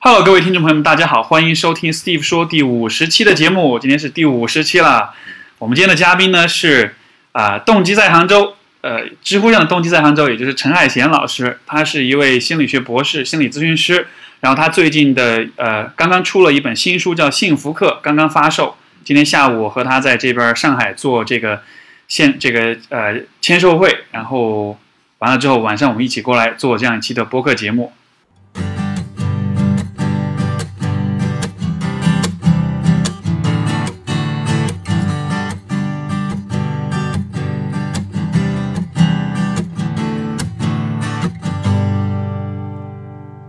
Hello，各位听众朋友们，大家好，欢迎收听 Steve 说第五十期的节目，今天是第五十期了。我们今天的嘉宾呢是啊、动机在杭州，呃，知乎上的动机在杭州，也就是陈海贤老师，他是一位心理学博士、心理咨询师。然后他最近的呃，刚刚出了一本新书，叫《幸福课》，刚刚发售。今天下午我和他在这边上海做这个现这个呃签售会，然后完了之后晚上我们一起过来做这样一期的播客节目。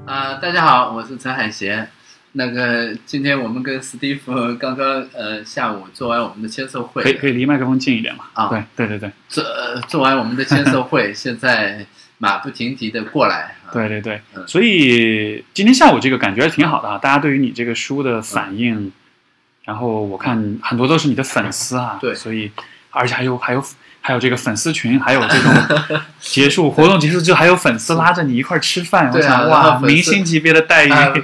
啊、大家好，我是陈海贤。那个，今天我们跟史蒂夫刚刚呃下午做完我们的签售会，可以可以离麦克风近一点嘛？啊对对对对做、呃做完我们的签售会， 现在马不停蹄的过来。啊、对对对，嗯所以今天下午这个感觉还挺好的啊，大家对于你这个书嗯的反应，然后我看很多都是你的粉丝啊，对所以而且还有还有还有这个粉丝群，还有这 种结束活动结束之后还有粉丝拉着你一块儿吃饭，我对啊想然后哇，粉丝明星级别的待遇，啊、呃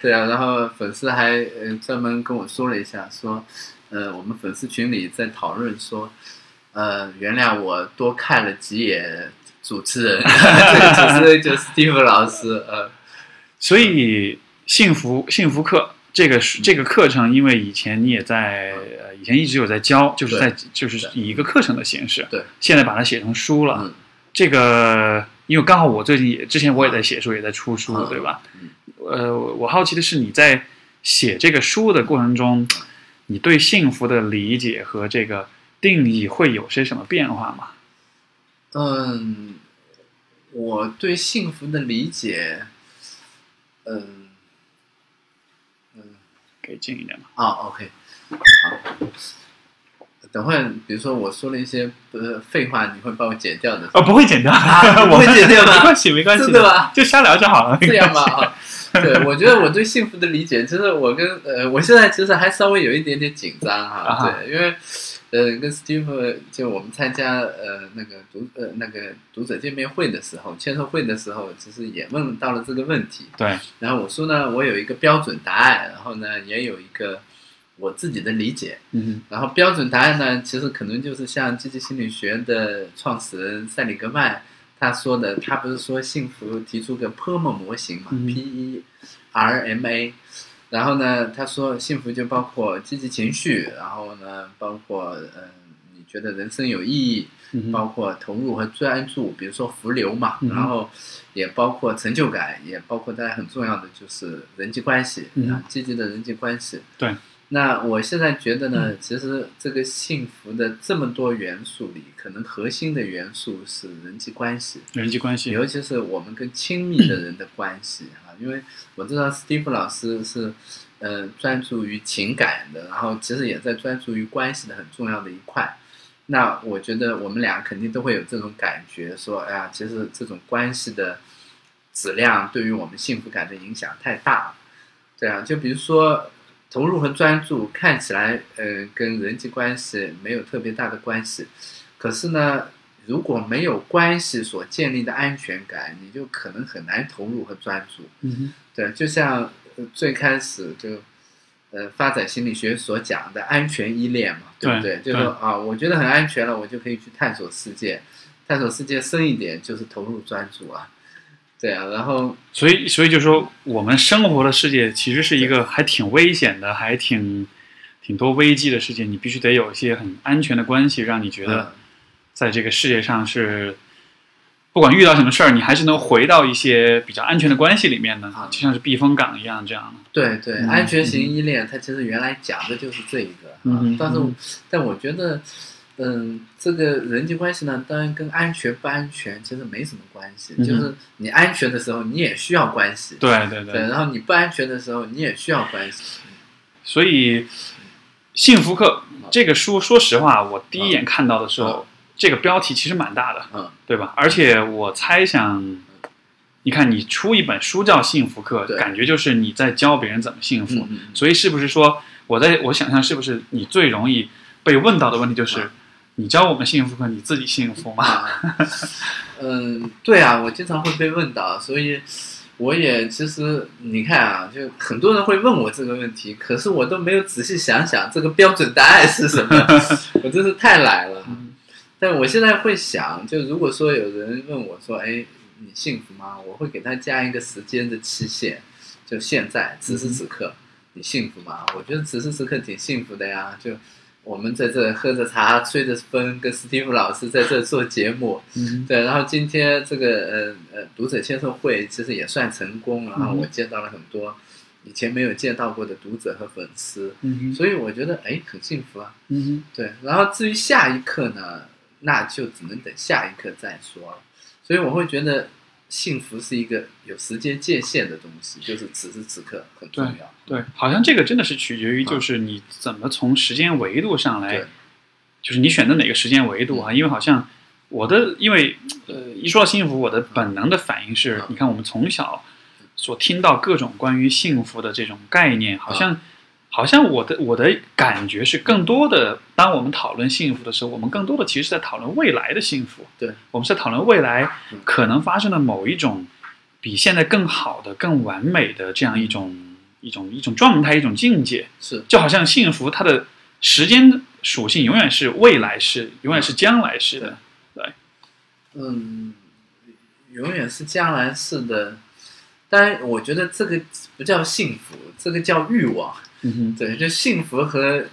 对啊，然后粉丝还呃专门跟我说了一下，说呃我们粉丝群里在讨论说，呃原谅我多看了几眼主持人， 这个主持人就是史蒂夫老师，呃所以幸福幸福课这个是这个课程，因为以前你也在，呃，以前一直有在教，就是在就是以一个课程的形式，对，现在把它写成书了。嗯这个因为刚好我最近也之前我也在写书，也在出书，嗯对吧？嗯呃，我好奇的是你在写这个书的过程中，你对幸福的理解和这个定义会有些什么变化吗？嗯，我对幸福的理解，嗯嗯可以近一点吗？啊，OK，好。等会，比如说我说了一些呃废话，你会帮我剪掉的。哦，不会剪掉，啊 我们不会剪掉吗没关系，没关系，真的吗就瞎聊就好了。没这关系样吧，啊，对，我觉得我对幸福的理解，就是我跟呃，我现在其实还稍微有一点点紧张哈，啊哈对，因为呃，跟 Steve 就我们参加呃那个读呃那个读者见面会的时候，签售会的时候，其实也问到了这个问题，对，然后我说呢，我有一个标准答案，然后呢也有一个我自己的理解。嗯然后标准答案呢，其实可能就是像积极心理学的创始人塞里格曼他说的，他不是说幸福提出个 PERMA 模型嘛、嗯 p E R M A。然后呢，他说幸福就包括积极情绪，然后呢，包括嗯、呃你觉得人生有意义，嗯哼包括投入和专注，比如说浮流嘛，嗯然后也包括成就感，也包括大家很重要的就是人际关系，嗯啊，积极的人际关系。对，嗯那我现在觉得呢，其实这个幸福的这么多元素里，可能核心的元素是人际关系。人际关系，尤其是我们跟亲密的人的关系哈、因为我知道 Steve 老师是，呃，专注于情感的，然后其实也在专注于关系的很重要的一块。那我觉得我们俩肯定都会有这种感觉，说，哎呀，其实这种关系的质量对于我们幸福感的影响太大了。对啊，就比如说投入和专注看起来，呃，跟人际关系没有特别大的关系，可是呢，如果没有关系所建立的安全感，你就可能很难投入和专注。嗯对，就像呃最开始就，呃，发展心理学所讲的安全依恋嘛，对不对对？就对说啊，我觉得很安全了，我就可以去探索世界，探索世界深一点就是投入专注啊，对啊，然后哼，所以所以就说，我们生活的世界其实是一个还挺危险的，还挺挺多危机的世界，你必须得有一些很安全的关系，让你觉嗯得在这个世界上是。不管遇到什么事儿，你还是能回到一些比较安全的关系里面的啊，就像是避风港一样这样的。对对，嗯安全型依恋，它其实原来讲的就是这一个啊。嗯但是我嗯，但我觉得，嗯，这个人际关系呢，当然跟安全不安全其实没什么关系。嗯就是你安全的时候，你也需要关系。对对对，然后你不安全的时候，你也需要关系。所以，《幸福课》这个书，说实话，我第一眼看到的时候，这个标题其实蛮大的，嗯，对吧？而且我猜想，你看你出一本书叫《幸福课对》，感觉就是你在教别人怎么幸福。嗯嗯嗯所以是不是说，我在我想象是不是你最容易被问到的问题就是，你教我们幸福课，你自己幸福吗？ 啊，嗯，对啊，我经常会被问到，所以我也其实你看啊，就很多人会问我这个问题，可是我都没有仔细想想这个标准答案是什么，我真是太懒了。但我现在会想，就如果说有人问我说：“哎，你幸福吗？”我会给他加一个时间的期限，就现在，此时此刻，你幸福吗？我觉得此时此刻挺幸福的呀。就我们在这喝着茶，吹着风，跟史蒂夫老师在这做节目， 嗯对，然后今天这个呃呃读者签售会其实也算成功，然后嗯我见到了很多以前没有见到过的读者和粉丝，嗯所以我觉得哎很幸福啊。嗯对，然后至于下一刻呢，那就只能等下一刻再说了。所以我会觉得幸福是一个有时间界限的东西，就是此时此刻很重要。对，好像这个真的是取决于就是你怎么从时间维度上来对，就是你选择哪个时间维度嗯啊？因为好像我的，因为呃，一说到幸福，我的本能的反应是嗯，你看我们从小所听到各种关于幸福的这种概念，嗯好像好像我的我的感觉是，更多的当我们讨论幸福的时候，我们更多的其实是在讨论未来的幸福。对，我们是在讨论未来嗯可能发生的某一种比现在更好的、更完美的这样一种嗯一种一种状态、一种境界。是就好像幸福，它的时间属性永远是未来式，永远是将来式的。嗯，永远是将来式的。当然，我觉得这个不叫幸福，这个叫欲望。嗯哼，对，就幸福和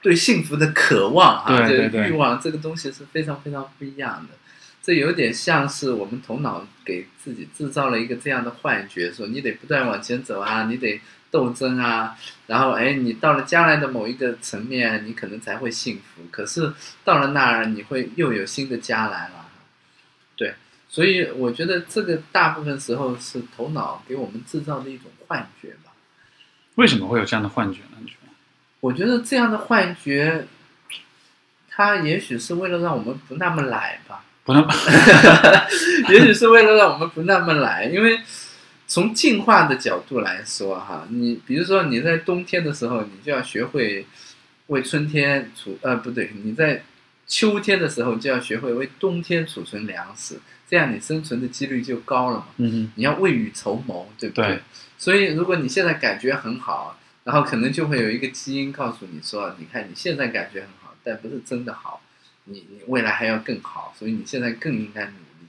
对幸福的渴望啊，对对这个对欲望这个东西是非常非常不一样的。这有点像是我们头脑给自己制造了一个这样的幻觉，说你得不断往前走啊，你得斗争啊，然后哎，你到了将来的某一个层面，你可能才会幸福。可是到了那儿，你会又有新的家来了。对，所以我觉得这个大部分时候是头脑给我们制造的一种幻觉吧。为什么会有这样的幻觉呢？你觉得？我觉得这样的幻觉，它也许是为了让我们不那么懒吧，不能，也许是为了让我们不那么懒，因为从进化的角度来说，哈，你比如说你在冬天的时候，你就要学会为春天储，呃，不对，你在秋天的时候就要学会为冬天储存粮食，这样你生存的几率就高了嘛。嗯你要未雨绸缪，对不对所以如果你现在感觉很好，然后可能就会有一个基因告诉你说，你看你现在感觉很好，但不是真的好，你你未来还要更好，所以你现在更应该努力。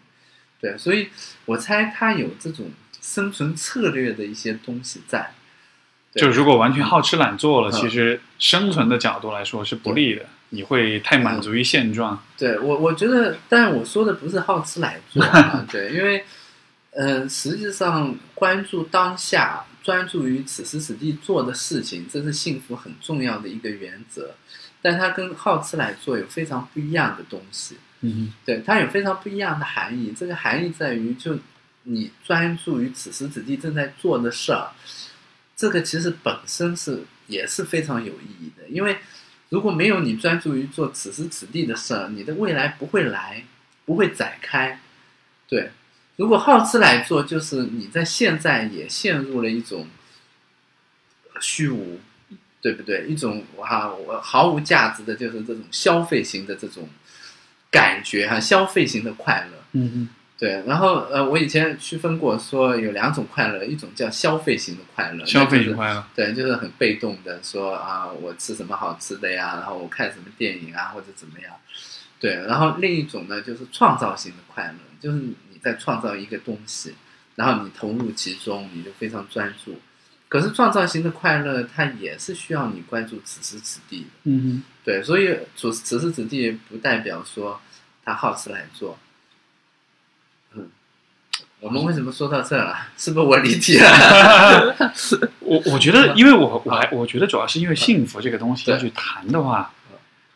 对，所以我猜他有这种生存策略的一些东西在。哼，就如果完全好吃懒做了，嗯其实生存的角度来说是不利的，你会太满足于现状。对我，我觉得，但我说的不是好吃懒做啊，对，因为，呃，实际上关注当下，专注于此时此地做的事情，这是幸福很重要的一个原则。但它跟好吃懒做有非常不一样的东西，嗯对，它有非常不一样的含义。这个含义在于，就你专注于此时此地正在做的事儿，这个其实本身是也是非常有意义的。因为如果没有你专注于做此时此地的事儿，你的未来不会来，不会展开。对，如果好吃懒做，就是你在现在也陷入了一种虚无，对不对？一种啊，我毫无价值的，就是这种消费型的这种感觉哈、消费型的快乐。哼，嗯对，然后呃，我以前区分过，说有两种快乐，一种叫消费型的快乐，哼，消费那愉就是快了。对，就是很被动的说啊，我吃什么好吃的呀，然后我看什么电影啊，或者怎么样。对，然后另一种呢，就是创造性的快乐，就是你在创造一个东西，然后你投入其中，你就非常专注。可是创造型的快乐，它也是需要你关注此时此地的。嗯对，所以此此时此地不代表说他好吃懒做。嗯，我们为什么说到这儿了？是不是我离题了？ 哼，我我觉得，因为我我还我觉得主要是因为幸福这个东西对要去谈的话，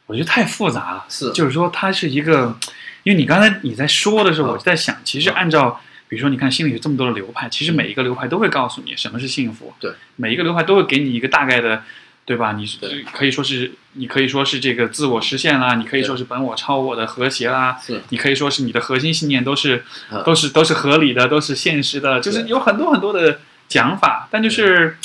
我觉得太复杂了。是就是说它是一个，因为你刚才你在说的时嗯候，我就在想，其实按照比如说你看心理学这么多的流派，其实每一个流派都会告诉你什么是幸福，对，每一个流派都会给你一个大概的，对吧？你对是可以说是你可以说是这个自我实现啦，你可以说是本我超我的和谐啦，是你可以说是你的核心信念都是嗯都是都是合理的，都是现实的，就是对有很多很多的讲法，但嗯就是。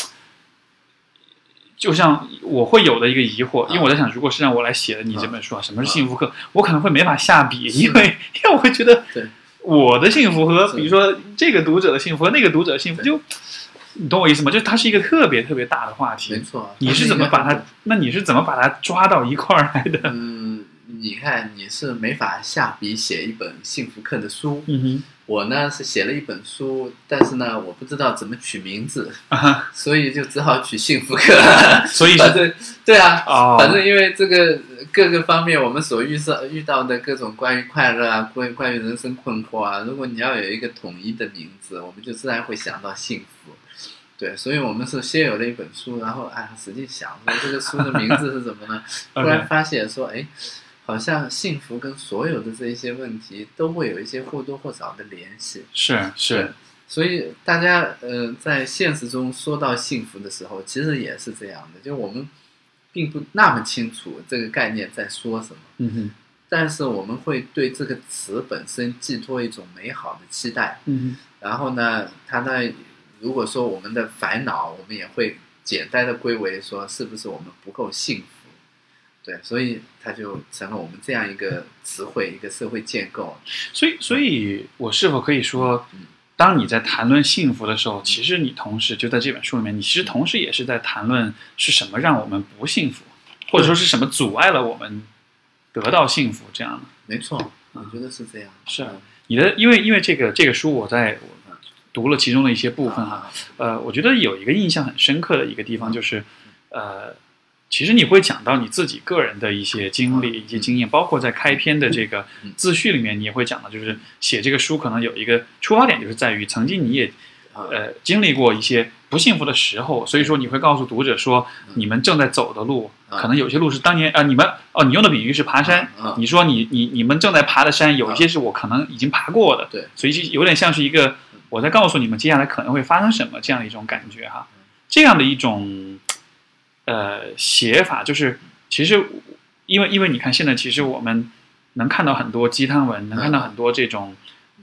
就像我会有的一个疑嗯惑，因为我在想，如果是让我来写的你这本书啊，什么是幸福课，我可能会没法下笔，是因为因为我会觉得嗯对，我的幸福和是比如说这个读者的幸福和那个读者的幸福，就你懂我意思吗？就是它是一个特别特别大的话没题。错。你是怎么把它？那你是怎么把它抓到一块儿来的？嗯，你看你是没法下笔写一本幸福课的书，嗯哼，我呢是写了一本书，但是呢我不知道怎么取名字，啊哈，所以就只好取幸 福课。所以反是正对啊，哦，反正因为这个各个方面，我们所遇到遇到的各种关于快乐啊，关于关于人生困惑啊，如果你要有一个统一的名字，我们就自然会想到幸福。对，所以我们是先有了一本书，然后哎呀，使劲想说这个书的名字是什么呢？突 OK 然发现说，哎，好像幸福跟所有的这一些问题都会有一些或多或少的联系。是是，所以大家呃，在现实中说到幸福的时候，其实也是这样的，就我们并不那么清楚这个概念在说什么，嗯哼，但是我们会对这个词本身寄托一种美好的期待。嗯然后呢，它呢，如果说我们的烦恼，我们也会简单的归为说是不是我们不够幸福，对，所以它就成了我们这样一个词汇，一个社会建构。哼，所以所以，我是否可以说嗯，当你在谈论幸福的时候，其实你同时就在这本书里面，你其实同时也是在谈论是什么让我们不幸福，或者说是什么阻碍了我们得到幸福这样的。没错，我觉得是这样。是啊嗯你的因为因为这个这个书，我在我读了其中的一些部分哈，，呃，我觉得有一个印象很深刻的一个地方就是，呃，其实你会讲到你自己个人的一些经历、一些经验，包括在开篇的这个嗯自序里面，你也会讲到，就是写这个书可能有一个出发点，就是在于曾经你也啊呃经历过一些不幸福的时候，所以说你会告诉读者说，嗯你们正在走的路，啊可能有些路是当年啊、你们哦，你用的比喻是爬山，啊你说你你你们正在爬的山，有一些是我可能已经爬过的，嗯对，所以就有点像是一个我在告诉你们接下来可能会发生什么这样的一种感觉哈，这样的一种呃写法，就是其实因为因为你看现在其实我们能看到很多鸡汤文，能看到很多这种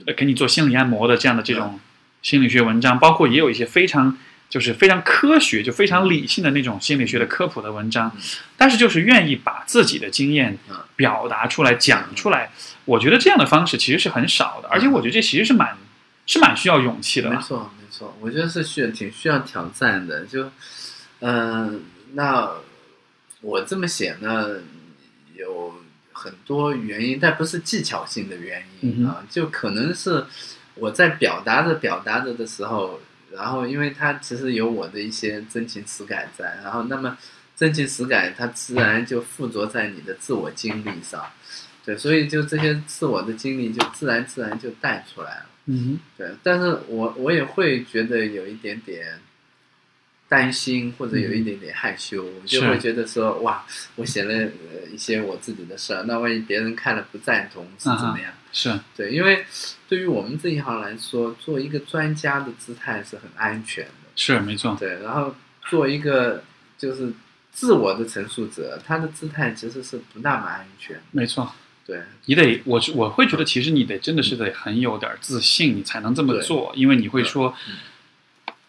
呃给你做心理按摩的这样的这种心理学文章，包括也有一些非常。就是非常科学，就非常理性的那种心理学的科普的文章，但是就是愿意把自己的经验嗯表达出来、讲出来。我觉得这样的方式其实是很少的，而且我觉得这其实是蛮是蛮需要勇气的没啦。错，没错，我觉得是需要挺需要挑战的。就，嗯、那我这么写呢，有很多原因，但不是技巧性的原因、嗯哼啊，就可能是我在表达着表达着的时候，然后因为它其实有我的一些真情实感在，然后那么真情实感它自然就附着在你的自我经历上，对，所以就这些自我的经历就自然自然就带出来了。嗯对，但是我我也会觉得有一点点担心，或者有一点点害羞，我就是会觉得说，哇，我写了、呃、一些我自己的事儿，那万一别人看了不赞同是怎么样？哼，是对，因为对于我们这一行来说，做一个专家的姿态是很安全的，是没错，对，然后做一个就是自我的陈述者，他的姿态其实是不那么安全的，没错。对，你得，我是我会觉得，其实你得真的是得很有点自信，你才能这么做，因为你会说，嗯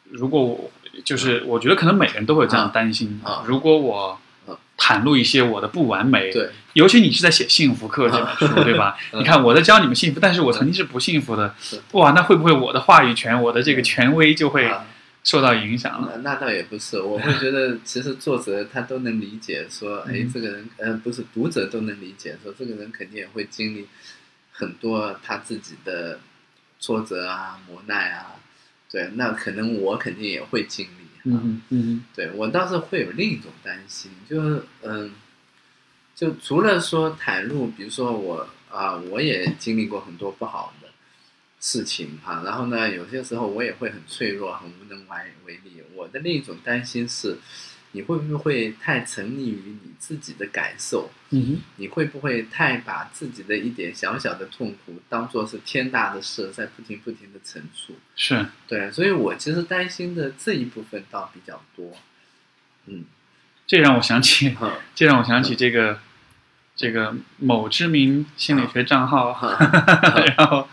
如果我就是我觉得可能每个人都会有这样的担心啊啊，如果我啊袒露一些我的不完美，对，尤其你是在写《幸福课》这本书，对吧？嗯你看我在教你们幸福，但是我曾经是不幸福的是，哇，那会不会我的话语权、我的嗯这个权威就会啊受到影响了？那那倒也不是，我会觉得其实作者他都能理解说，哎，这个人，呃，不是读者都能理解说，这个人肯定也会经历很多他自己的挫折啊、磨难啊，对，那可能我肯定也会经历、啊，嗯嗯对我倒是会有另一种担心，就是嗯，就除了说袒露，比如说我啊，我也经历过很多不好的事情哈、然后呢，有些时候我也会很脆弱，很无能为为力。我的另一种担心是，你会不会太沉溺于你自己的感受？嗯你会不会太把自己的一点小小的痛苦当做是天大的事，在不停不停的陈述？是对，所以我其实担心的这一部分倒比较多。 嗯，这让我想起，哈，这让我想起这个这个某知名心理学账啊号，哈， 然后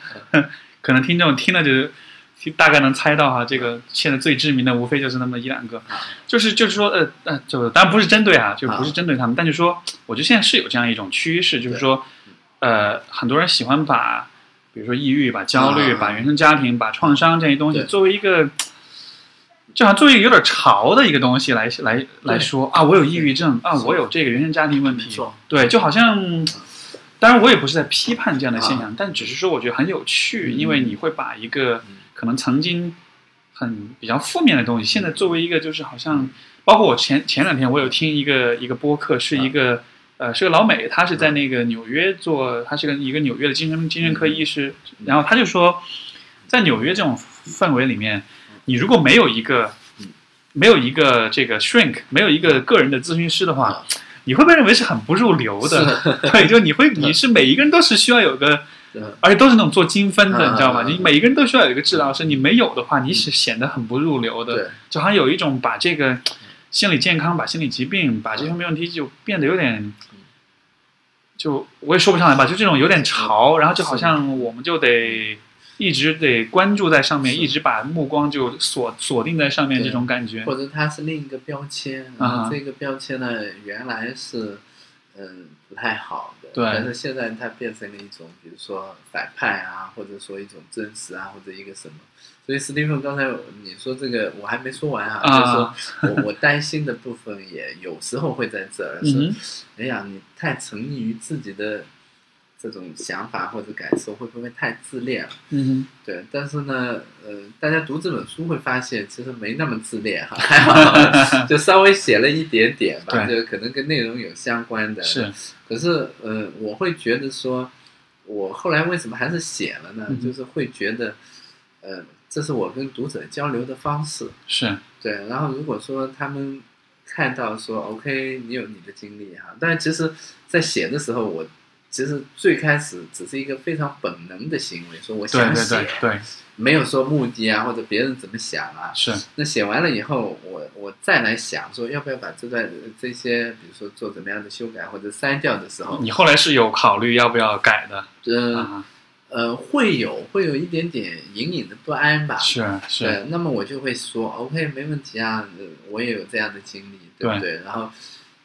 可能听众听了就就大概能猜到哈，这个现在最知名的无非就是那么一两个，啊就是就是说呃呃，就当然不是针对啊，就不是针对他们，但嗯就说我觉得现在是有这样一种趋势，就是说呃，很多人喜欢把比如说抑郁、把焦虑、啊把原生家庭、把创伤这些东西对作为一个，就好像作为一个有点潮的一个东西来来来说啊，我有抑郁症啊，是我有这个原生家庭问没题，错，对，就好像。当然，我也不是在批判这样的现啊象，但只是说我觉得很有趣，嗯因为你会把一个嗯可能曾经很比较负面的东西，现在作为一个就是好像，包括我前前两天我有听一个一个播客，是嗯一个、呃是个老美，他是在那个纽约做，他是个一个纽约的精神精神科医师，嗯然后他就说，在纽约这种氛围里面，你如果没有一个嗯没有一个这个 shrink，没有一个个人的咨询师的话啊，你会被认为是很不入流的。是 对，就你会，你是每一个人都是需要有个，的，而且都是那种做精分的，你知道吗？嗯你每一个人都需要有一个治疗师，你没有的话，你是显得很不入流的，对，嗯就好像有一种把这个心理健康、把心理疾病、把这方面问题就变得有点，嗯就我也说不上来吧，就这种有点潮，然后就好像我们就得。一直得关注在上面，嗯是一直把目光就锁锁定在上面，对这种感觉。或者它是另一个标签，啊然后这个标签呢原来是嗯不太好的，对但是现在它变成了一种，比如说反派啊，或者说一种真实啊，或者一个什么。所以史蒂芬，刚才你说这个我还没说完啊，啊就是说我我担心的部分也有时候会在这儿，是嗯哎呀，你太沉溺于自己的这种想法或者感受，会不会太自恋了？嗯对，但是呢，呃，大家读这本书会发现，其实没那么自恋哈，还好，就稍微写了一点点吧，对就可能跟内容有相关的。哼，，是可是呃，我会觉得说，我后来为什么还是写了呢？嗯哼就是会觉得，呃，这是我跟读者交流的方式。是，对，然后如果说他们看到说 OK，你有你的经历哈，但是其实，在写的时候，我其实最开始只是一个非常本能的行为，说我对想对写，对对，没有说目的啊，或者别人怎么想啊。是，那写完了以后，我我再来想说要不要把这段呃这些，比如说做怎么样的修改或者删掉的时候，你后来是有考虑要不要改的呃啊？呃，会有会有一点点隐隐的不安吧。是是，对，那么我就会说，OK，没问题啊，呃我也有这样的经历，对不对？然后，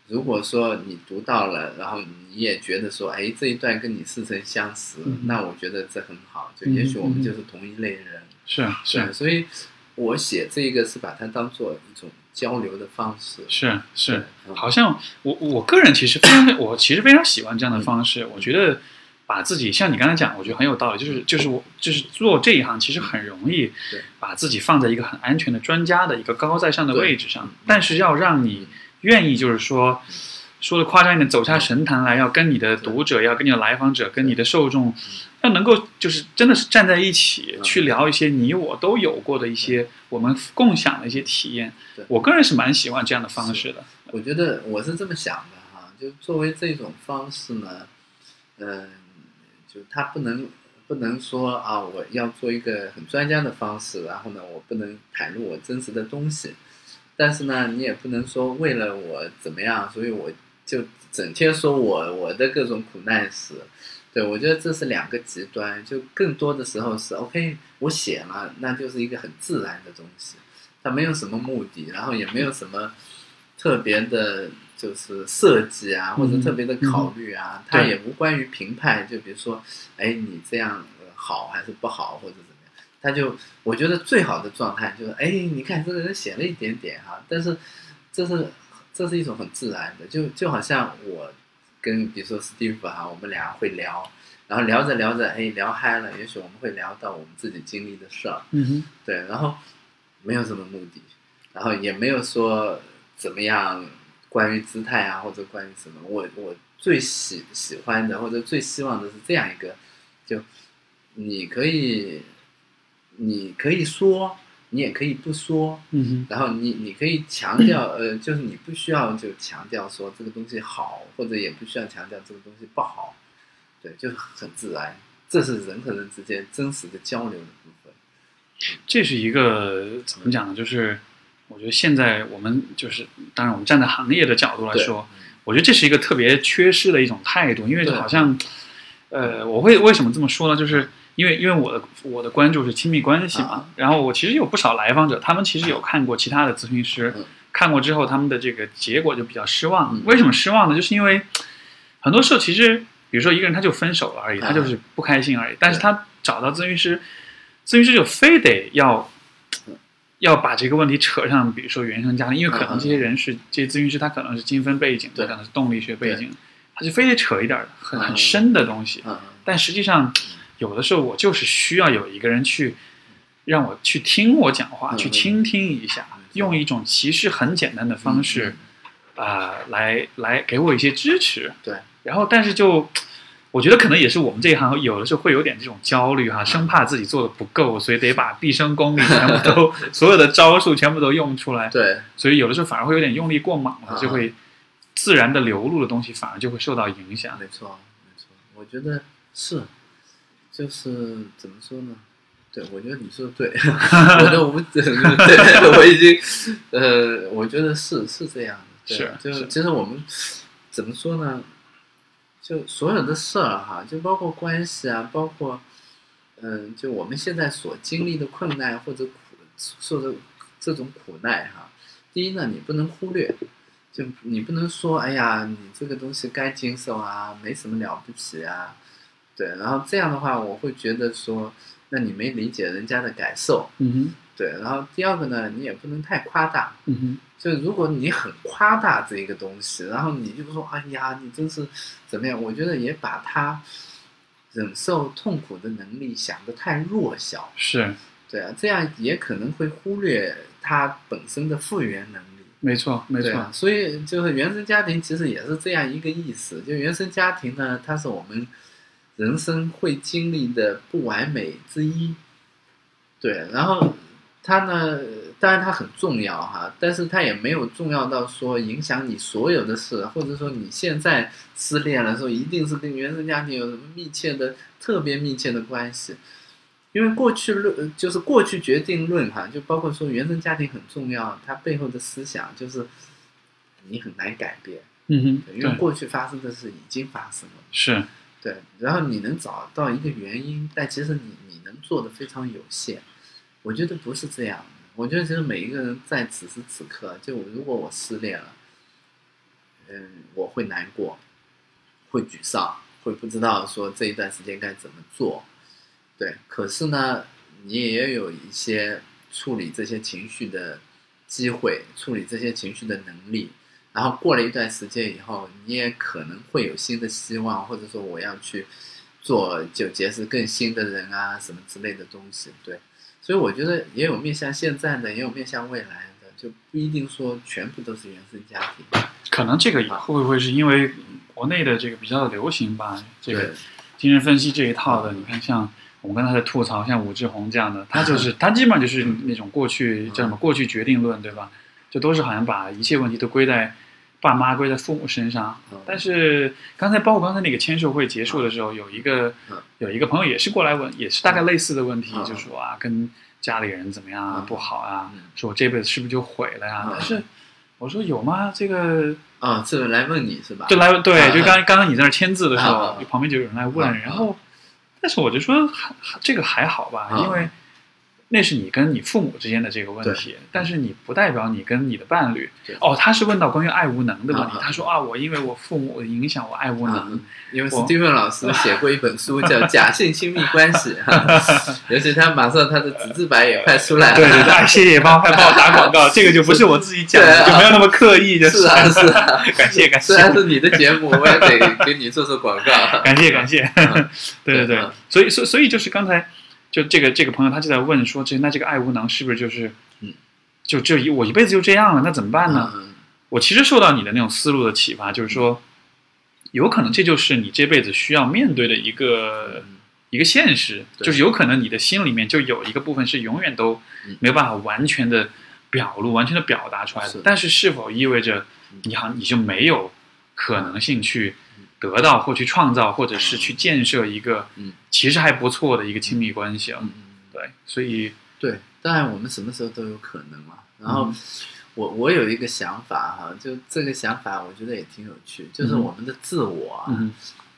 如果说你读到了，然后你也觉得说，哎，这一段跟你似曾相识，嗯那我觉得这很好，就嗯也许我嗯们就是同一类人。是是对，所以我写这个是把它当做一种交流的方式。嗯是对是，，好像我我个人其实非常，我其实非常喜欢这样的方嗯式。我觉得把自己像你刚才讲，我觉得很有道理，就是就是我就是做这一行其实很容易对把自己放在一个很安全的专家的一个高高在上的对位置上嗯，但是要让你愿意，就是说。说的夸张一点，走下神坛来，要跟你的读者，要跟你的来访者，跟你的受众，要能够就是真的是站在一起嗯去聊一些你我都有过的一些我们共享的一些体验对。我个人是蛮喜欢这样的方式的。我觉得我是这么想的哈、就作为这种方式呢，嗯、就他不能不能说啊，我要做一个很专家的方式，然后呢，我不能袒露我真实的东西，但是呢，你也不能说为了我怎么样，所以我就整天说我我的各种苦难史。对，我觉得这是两个极端，就更多的时候是 OK，我写了，那就是一个很自然的东西，它没有什么目的，然后也没有什么特别的，就是设计啊，或者嗯特别的考虑啊，它对也无关于评判，就比如说，哎，你这样呃好还是不好，或者怎么样，他就我觉得最好的状态就是，哎，你看这个人写了一点点哈、但是这是这是一种很自然的，就就好像我跟比如说 Steve 哈、我们俩会聊，然后聊着聊着，哎，聊嗨了，也许我们会聊到我们自己经历的事儿，嗯哼，对，然后没有什么目的，然后也没有说怎么样关于姿态啊，或者关于什么，我我最喜喜欢的或者最希望的是这样一个，就你可以，你可以说，你也可以不说，嗯然后你你可以强调，呃，就是你不需要就强调说这个东西好，或者也不需要强调这个东西不好，对，就是很自然，这是人和人之间真实的交流的部分。哼，这是一个怎么讲呢？就是我觉得现在我们就是，当然我们站在行业的角度来对说，我觉得这是一个特别缺失的一种态度，因为对好像，呃，我会为什么这么说呢？就是因为因为我的我的关注是亲密关系嘛，嗯啊然后我其实有不少来访者，他们其实有看过其他的咨询师，嗯看过之后他们的这个结果就比较失望。嗯为什么失望呢？就是因为很多时候其实，比如说一个人他就分手了而已，啊他就是不开心而已，但是他找到咨询师，咨询师就非得要要把这个问题扯上，比如说原生家庭，因为可能这些人是这些咨询师，他可能是精分背景，他嗯对可能是动力学背景，他就非得扯一点儿很很深的东西。嗯但实际上，有的时候我就是需要有一个人去让我去听我讲话，嗯去倾听一下，用一种其实很简单的嗯方式啊、来来给我一些支持。对，然后但是就。我觉得可能也是我们这一行有的时候会有点这种焦虑哈、生怕自己做的不够，所以得把毕生功力全部 都所有的招数全部都用出来，嗯对，所以有的时候反而会有点用力过猛了，嗯就会自然的流露的东西反而就会受到影响。没错，没错，我觉得是，就是怎么说呢？对，我觉得你说的对，我的无 对，我已经，呃，我觉得是是这样的，对是就是其实我们怎么说呢？就所有的事儿哈，就包括关系啊，包括嗯，就我们现在所经历的困难或者苦受的这种苦难哈，第一呢，你不能忽略，就你不能说，哎呀，你这个东西该经受啊，没什么了不起啊，对。然后这样的话，我会觉得说，那你没理解人家的感受，嗯哼，对。然后第二个呢，你也不能太夸大，嗯哼。就如果你很夸大这一个东西，然后你就说，哎呀，你真是怎么样？我觉得也把他忍受痛苦的能力想得太弱小，是对啊，这样也可能会忽略他本身的复原能力。没错，没对错啊，，所以就是原生家庭其实也是这样一个意思。就原生家庭呢，它是我们人生会经历的不完美之一。对，然后它呢，当然它很重要哈，但是它也没有重要到说影响你所有的事，或者说你现在失恋了，说一定是跟原生家庭有什么密切的、特别密切的关系。因为过去论呃就是过去决定论哈，就包括说原生家庭很重要，它背后的思想就是你很难改变，嗯哼，因为对，过去发生的事已经发生了，是对。然后你能找到一个原因，但其实你你能做的非常有限。我觉得不是这样的，我觉得其实每一个人在此时此刻，就我如果我失恋了，嗯，我会难过，会沮丧，会不知道说这一段时间该怎么做。对，可是呢，你也有一些处理这些情绪的机会，处理这些情绪的能力。然后过了一段时间以后，你也可能会有新的希望，或者说我要去做，就结识更新的人啊，什么之类的东西。对，所以我觉得也有面向现在的，也有面向未来的，就不一定说全部都是原生家庭。可能这个啊会不会是因为国内的这个比较流行吧？这对个精神分析这一套的，你看像我们刚才在吐槽，像武志红这样的，他 就是他基本上就是那种过去叫什么过去决定论，对吧？就都是好像把一切问题都归在爸妈、归在父母身上。嗯但是刚才包括刚才那个签售会结束的时候，有一个嗯有一个朋友也是过来问，也是大概类似的问题，嗯就说啊，跟家里人怎么样啊，嗯不好啊嗯，说我这辈子是不是就毁了呀？嗯但是我说有吗？这个啊、这个来问你是吧？就来对，啊就刚刚刚你在那儿签字的时啊候啊，就旁边就有人来问啊，啊然后，但是我就说还还这个还好吧，啊因为那是你跟你父母之间的这个问题，但是你不代表你跟你的伴侣对。哦，他是问到关于爱无能的问题啊，啊他说啊，我因为我父母的影响，我爱无啊能。，因为我 Steven 老师写过一本书叫《假性亲密关系》 哈，尤其他马上他的纸质版也快出来对对了，对，哎谢谢帮帮我打广 告，这个就不是我自己讲的，对啊就没有那么刻意，就是啊是啊，感谢感谢虽然是你的节目，我也得给你做做广告。感谢感谢嗯， 对对对嗯，所以所以所以就是刚才就这个这个朋友他就在问说，这那这个爱无能是不是就是嗯，就这一我一辈子就这样了，那怎么办呢？嗯我其实受到你的那种思路的启发，就是说，有可能这就是你这辈子需要面对的一个嗯一个现实，对就是有可能你的心里面就有一个部分是永远都嗯没有办法完全的表露、完全的表达出来的是。但是是否意味着嗯你好，你就没有可能性去得到或去创造，或者是去建设一个嗯其实还不错的一个亲密关系啊？嗯，对，所以对，当然我们什么时候都有可能嘛。然后我我有一个想法哈，就这个想法我觉得也挺有趣，就是嗯我们的自我啊，嗯，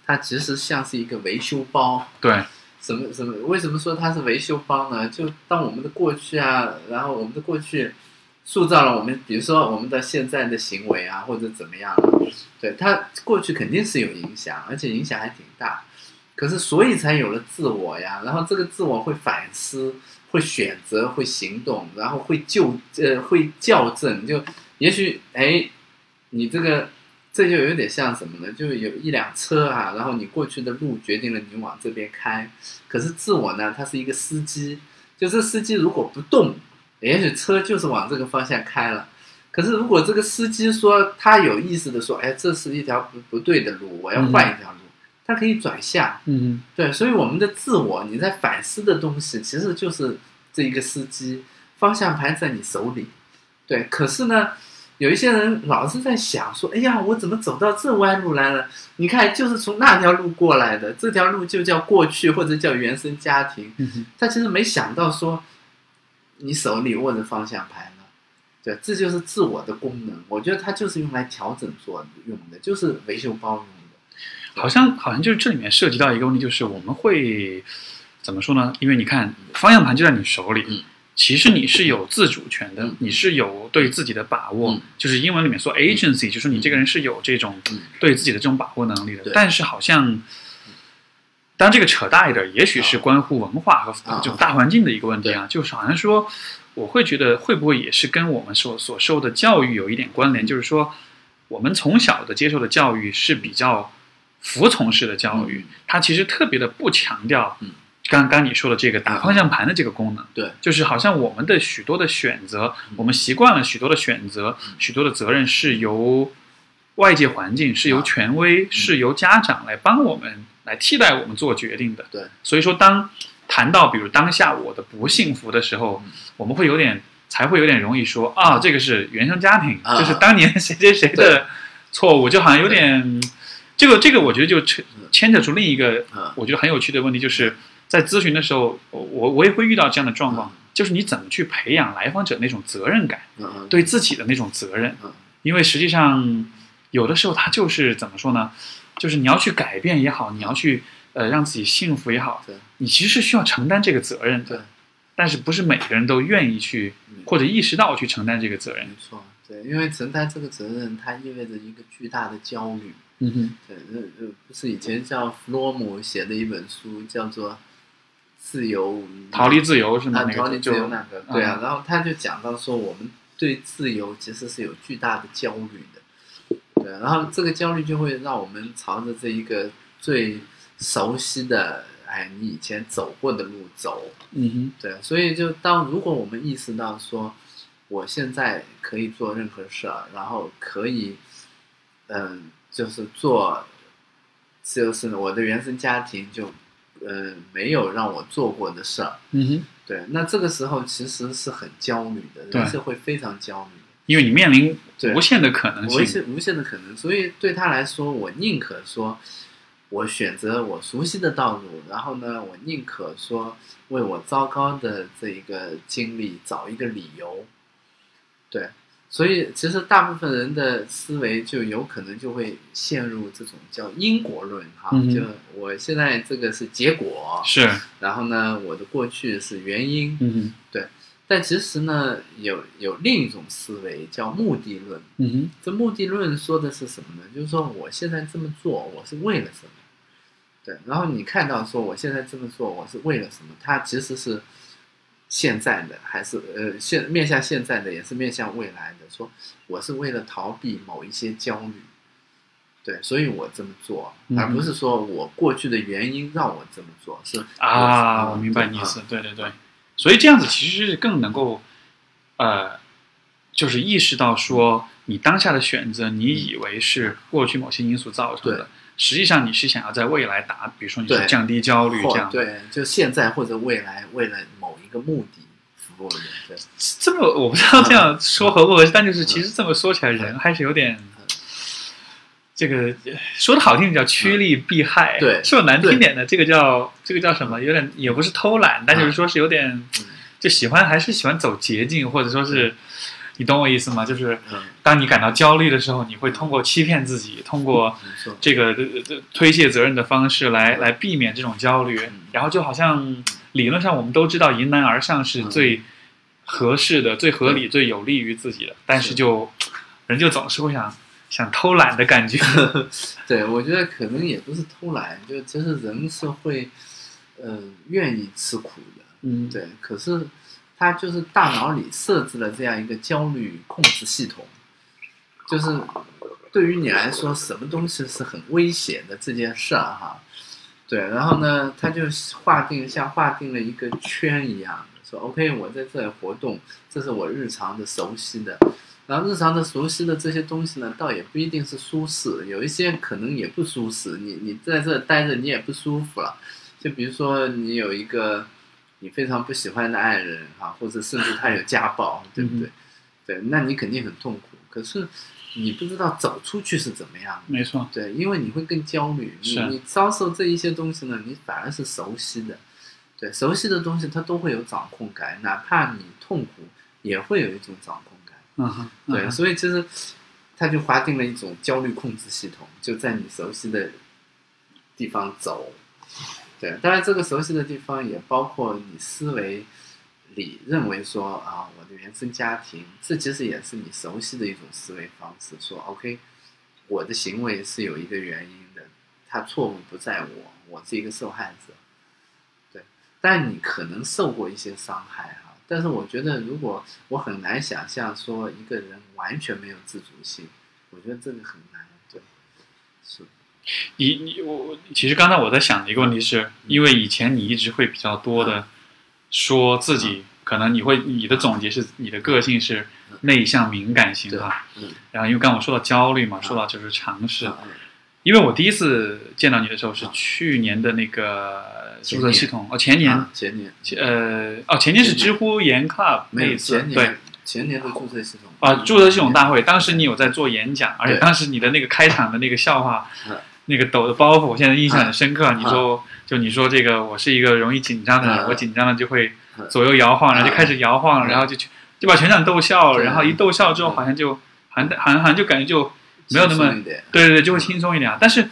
它其实像是一个维修包。对，嗯什么什么？为什么说它是维修包呢？就当我们的过去啊，然后我们的过去塑造了我们，比如说我们的现在的行为啊，或者怎么样啊，对它过去肯定是有影响，而且影响还挺大。可是所以才有了自我呀，然后这个自我会反思，会选择，会行动，然后会纠呃会校正，就也许哎，你这个这就有点像什么呢？就有一辆车啊，然后你过去的路决定了你往这边开，可是自我呢，它是一个司机，就这司机如果不动，也许车就是往这个方向开了。可是如果这个司机说他有意识的说，哎，这是一条不不对的路，我要换一条路，他可以转向。嗯对，所以我们的自我，你在反思的东西，其实就是这一个司机方向盘在你手里。对，可是呢，有一些人老是在想说，哎呀，我怎么走到这弯路来了？你看，就是从那条路过来的，这条路就叫过去或者叫原生家庭。嗯哼他其实没想到说，你手里握着方向盘了，对，这就是自我的功能。我觉得它就是用来调整做用的，就是维修包用的。好像好像就是这里面涉及到一个问题，就是我们会怎么说呢？因为你看方向盘就在你手里，嗯其实你是有自主权的，嗯你是有对自己的把握，嗯就是英文里面说 agency，、就是你这个人是有这种嗯对自己的这种把握能力的。对但是好像，当然这个扯大一点，也许是关乎文化和啊这种大环境的一个问题啊，就是好像说，我会觉得会不会也是跟我们所所受的教育有一点关联，嗯就是说我们从小的接受的教育是比较服从式的教育，它其实特别的不强调嗯。刚刚你说的这个打方向盘的这个功能，对，就是好像我们的许多的选择，嗯我们习惯了许多的选择，许多的责任是由外界环境、是由啊权威、是由家长来帮我们来替代我们做决定的。对，所以说当谈到比如当下我的不幸福的时候嗯，我们会有点才会有点容易说啊，这个是原生家庭，啊就是当年谁谁谁对的错误，就好像有点这个这个，我觉得就牵嗯牵扯出另一个嗯，我觉得很有趣的问题，就是在咨询的时候，我我我也会遇到这样的状况，就是你怎么去培养来访者那种责任感，嗯嗯，对自己的那种责任嗯，因为实际上有的时候他就是怎么说呢，就是你要去改变也好，你要去呃让自己幸福也好对，你其实是需要承担这个责任对的，。但是不是每个人都愿意去嗯或者意识到去承担这个责任没。错，对，因为承担这个责任，它意味着一个巨大的焦虑。嗯哼，对，呃呃，不是以前叫弗洛姆写的一本书，叫做《自由逃离自由是吗？啊，那逃个离就自由就嗯那个，对啊，然后他就讲到说，我们对自由其实是有巨大的焦虑的，对啊，然后这个焦虑就会让我们朝着这一个最熟悉的，哎，你以前走过的路走，嗯对，所以就当如果我们意识到说，我现在可以做任何事儿，然后可以，嗯，就是做，就是我的原生家庭就，嗯，没有让我做过的事儿。哼，嗯哼，对，那这个时候其实是很焦虑的，对人是会非常焦虑的。因为你面临对无限的可能无性。限无限的可能。所以对他来说，我宁可说，我选择我熟悉的道路，然后呢，我宁可说为我糟糕的这一个经历找一个理由。对，所以其实大部分人的思维就有可能就会陷入这种叫因果论哈，嗯哼就我现在这个是结果，是，然后呢，我的过去是原因，嗯哼，但其实呢，有有另一种思维叫目的论。嗯哼，这目的论说的是什么呢？就是说我现在这么做，我是为了什么？对，然后你看到说我现在这么做，我是为了什么？它其实是现在的，还是呃现面向现在的，也是面向未来的。说我是为了逃避某一些焦虑，对，所以我这么做，嗯而不是说我过去的原因让我这么做，是啊，我明白你意。对思啊，对对对，所以这样子其实是更能够，呃，就是意识到说你当下的选择，你以为是过去某些因素造成对的，实际上你是想要在未来达，比如说你对是降低焦虑或这样。对，就现在或者未来，为了某一个目的服务的，对。这么我不知道这嗯样说合不合适，但就是其实这么说起来，人还是有点。这个说的好听点叫趋利避害，嗯对说的难听点的，这个叫这个叫什么？有点也不是偷懒，但就是说是有点嗯就喜欢还是喜欢走捷径，或者说是，你懂我意思吗？就是嗯当你感到焦虑的时候，你会通过欺骗自己，通过没错，这个呃呃推卸责任的方式来来避免这种焦虑嗯。然后就好像理论上我们都知道迎难而上是嗯最合适的、最合理、最有利于自己的，但是是就人就总是会想，想偷懒的感 觉。对，我觉得可能也不是偷懒，就其实人是会，呃，愿意吃苦的。嗯，对，可是他就是大脑里设置了这样一个焦虑控制系统，就是对于你来说，什么东西是很危险的这件事儿、哈。对，然后呢，他就划定像划定了一个圈一样，说 OK，我在这里活动，这是我日常的熟悉的。然后日常的熟悉的这些东西呢，倒也不一定是舒适，有一些可能也不舒适。你你在这待着你也不舒服了，就比如说你有一个你非常不喜欢的爱人哈、或者甚至他有家暴，对不对？对，那你肯定很痛苦。可是你不知道走出去是怎么样的。没错，对，因为你会更焦虑，你是你遭受这一些东西呢，你反而是熟悉的，对，熟悉的东西它都会有掌控感，哪怕你痛苦，也会有一种掌控感，嗯哼，对，嗯哼所以其实它就划定了一种焦虑控制系统，就在你熟悉的地方走，对，当然这个熟悉的地方也包括你思维里认为说啊，我的原生家庭，这其实也是你熟悉的一种思维方式，说 OK，我的行为是有一个原因的，他错误不在我，我是一个受害者，对，但你可能受过一些伤害哈、但是我觉得如果我很难想象说一个人完全没有自主性，我觉得这个很难，对，是，你你我我，其实刚才我在想的一个问题嗯是，因为以前你一直会比较多的说自嗯己，可能你会你的总结是你的个性是内向敏感型对的，嗯，然后因为刚刚我说到焦虑嘛，嗯说到就是尝试，嗯因为我第一次见到你的时候是嗯去年的那个前宿年舍系统哦，前年啊前年，前呃哦前年是知乎研 club 那没有一次前对年前年的注册系统嗯啊注册系统大会，当时你有在做演讲，而且对当时你的那个开场的那个笑话嗯，那个抖的包袱，我现在印象很深刻。啊嗯你说就你说这个我是一个容易紧张的人，嗯我紧张了就会嗯左右摇晃，然后就开始摇晃，嗯然后就去就把全场逗笑了，对然后一逗笑之后嗯好像就韩韩韩就感觉就没有那么轻松一点对对对，就会轻松一点啊。但是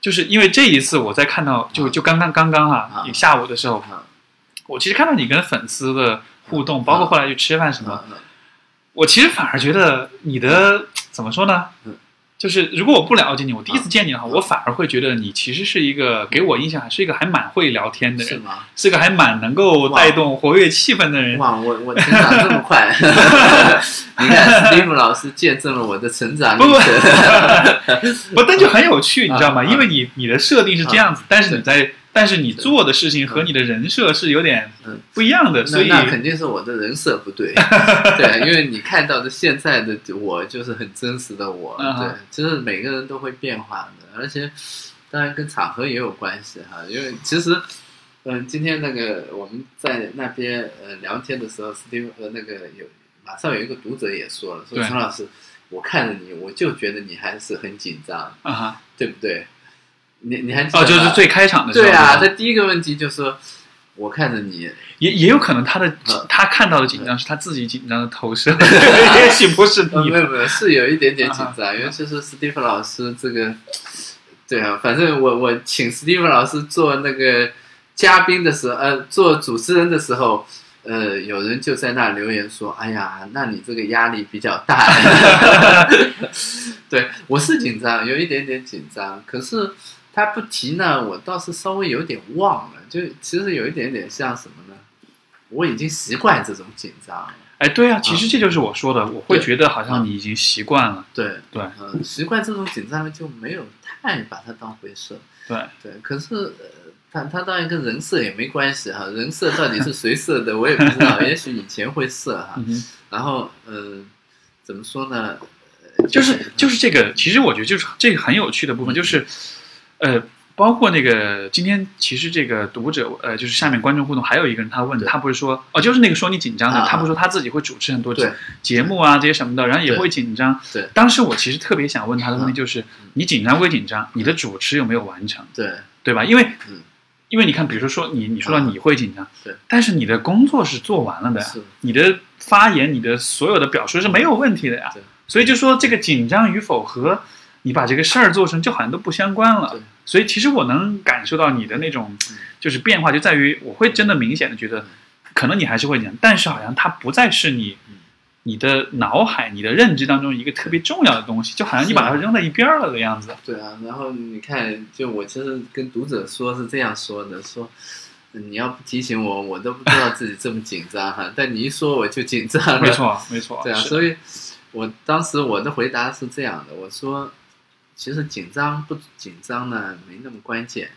就是因为这一次，我在看到就就刚刚刚刚啊，啊你下午的时候，啊我其实看到你跟粉丝的互动，包括后来去吃饭什么，啊啊我其实反而觉得你的怎么说呢嗯？就是如果我不了解你，我第一次见你的话，啊我反而会觉得你其实是一个给我印象还是一个还蛮会聊天的是人，吗？是个还蛮能够带动活跃气氛的人。哇，我我成长这么快， 你看 Steve 老师见证了我的成长历不不程。 不，但就很有趣，你知道吗？啊因为你你的设定是这样子，但是你在但是你做的事情和你的人设是有点嗯不一样的，所那以那肯定是我的人设不 对，对，因为你看到的现在的我就是很真实的我，嗯对，就是每个人都会变化的，而且当然跟场合也有关系哈，因为其实，嗯，今天那个我们在那边呃聊天的时候，Steve 呃那个有马上有一个读者也说了，说对陈老师，我看着你，我就觉得你还是很紧张，啊哈对不对？你你还记得哦，就是吧最开场的时候，对吧啊，他第一个问题就说，我看着你，也也有可能他的嗯他看到的紧张是他自己紧张的投 射， 也许不是呃，你没有没有，是有一点点紧张，因为就是史蒂夫老师这个，对啊，反正我我请史蒂夫老师做那个嘉宾的时候，呃，做主持人的时候，呃，有人就在那留言说：“哎呀，那你这个压力比较大。对”我是紧张，有一点点紧张，可是他不提呢，我倒是稍微有点忘了，就其实有一点点像什么呢？我已经习惯这种紧张了，哎，对啊，嗯其实这就是我说的，我会觉得好像你已经习惯了。对。对嗯，习惯这种紧张呢，就没有太把它当回事。对，对，可是呃，他他当然跟人设也没关系哈，人设到底是谁设的，我也不 知道，也许以前会设哈嗯。哼，然后呃，怎么说呢？呃就是就是这个，其实我觉得就是这个很有趣的部分，就是呃，包括那个今天其实这个读者呃，就是下面观众互动还有一个人他问，对他不是说哦，就是那个说你紧张的，啊他不是说他自己会主持很多对节目啊这些什么的，然后也对会紧张。对嗯当时我其实特别想问他的问题就是，你紧张归紧张，你的主持有没有完成？对对吧？因为，嗯因为你看，比如说说你，你说到啊你会紧张，对但是你的工作是做完了的呀，是你的发言、你的所有的表述是没有问题的呀对。所以就说这个紧张与否和你把这个事儿做成，就好像都不相关了对。所以其实我能感受到你的那种嗯就是变化，就在于我会真的明显的觉得嗯，可能你还是会紧张，但是好像它不再是你嗯你的脑海、你的认知当中一个特别重要的东西，就好像啊你把它扔在一边儿了的样子。对啊，然后你看，就我其实跟读者说是这样说的，说呃你要不提醒我，我都不知道自己这么紧张哈。但你一说我就紧张了，没，错，没错，对啊，是所以我当时我的回答是这样的，我说其实紧张不紧张呢没那么关键，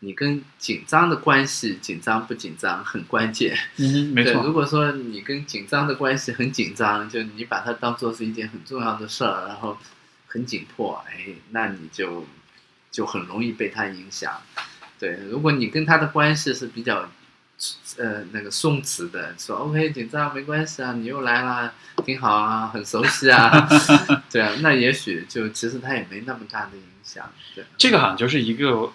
你跟紧张的关系，紧张不紧张很关键。嗯哼，没对，错，如果说你跟紧张的关系很紧张，就你把它当做是一件很重要的事儿，然后很紧迫，哎，那你就就很容易被它影响。对，如果你跟他的关系是比较呃那个松弛的，说 OK 紧张没关系啊，你又来啦，挺好啊，很熟 悉啊，对啊，那也许就其实他也没那么大的影响。对，这个好像就是一个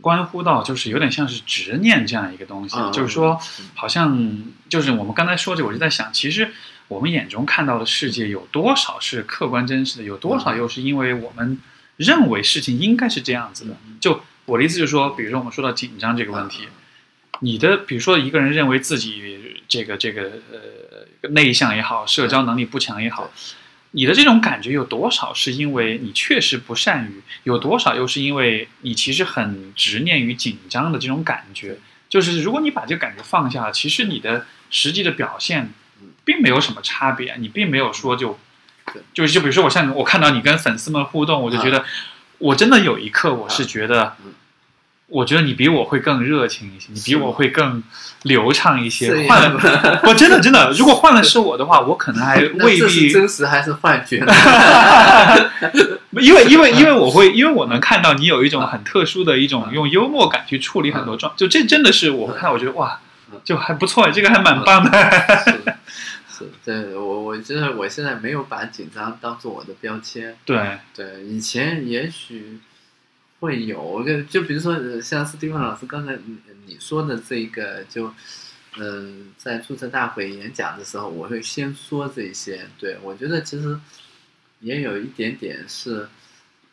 关乎到，就是有点像是执念这样一个东西，嗯就是说嗯，好像就是我们刚才说这，我就在想，其实我们眼中看到的世界有多少是客观真实的，有多少嗯又是因为我们认为事情应该是这样子的嗯。啊就我的意思就是说，比如说我们说到紧张这个问题，你的比如说一个人认为自己这个这个呃内向也好，社交能力不强也好对，你的这种感觉有多少是因为你确实不善于，有多少又是因为你其实很执念于紧张的这种感觉？就是如果你把这个感觉放下，其实你的实际的表现嗯并没有什么差别，你并没有说就对啊就就比如说我像我看到你跟粉丝们互动，我就觉得我真的有一刻我是觉得嗯。我觉得你比我会更热情一些，你比是吗我会更流畅一这些。样换了，我真的真的，如果换了是我的话，我可能还 那未这是必真实还是幻觉呢？因为因为嗯因为我会，因为我能看到你有一种很特殊的一种用幽默感去处理很多状，就这真的是我看到我觉得哇嗯，就还不错，这个还蛮棒的。是，对我我就是我现在没有把紧张当做我的标签。对，对，以前也许会有，就就比如说呃像斯蒂芬老师刚才你你说的这个，就嗯、在注册大会演讲的时候，我会先说这些。对我觉得其实也有一点点是。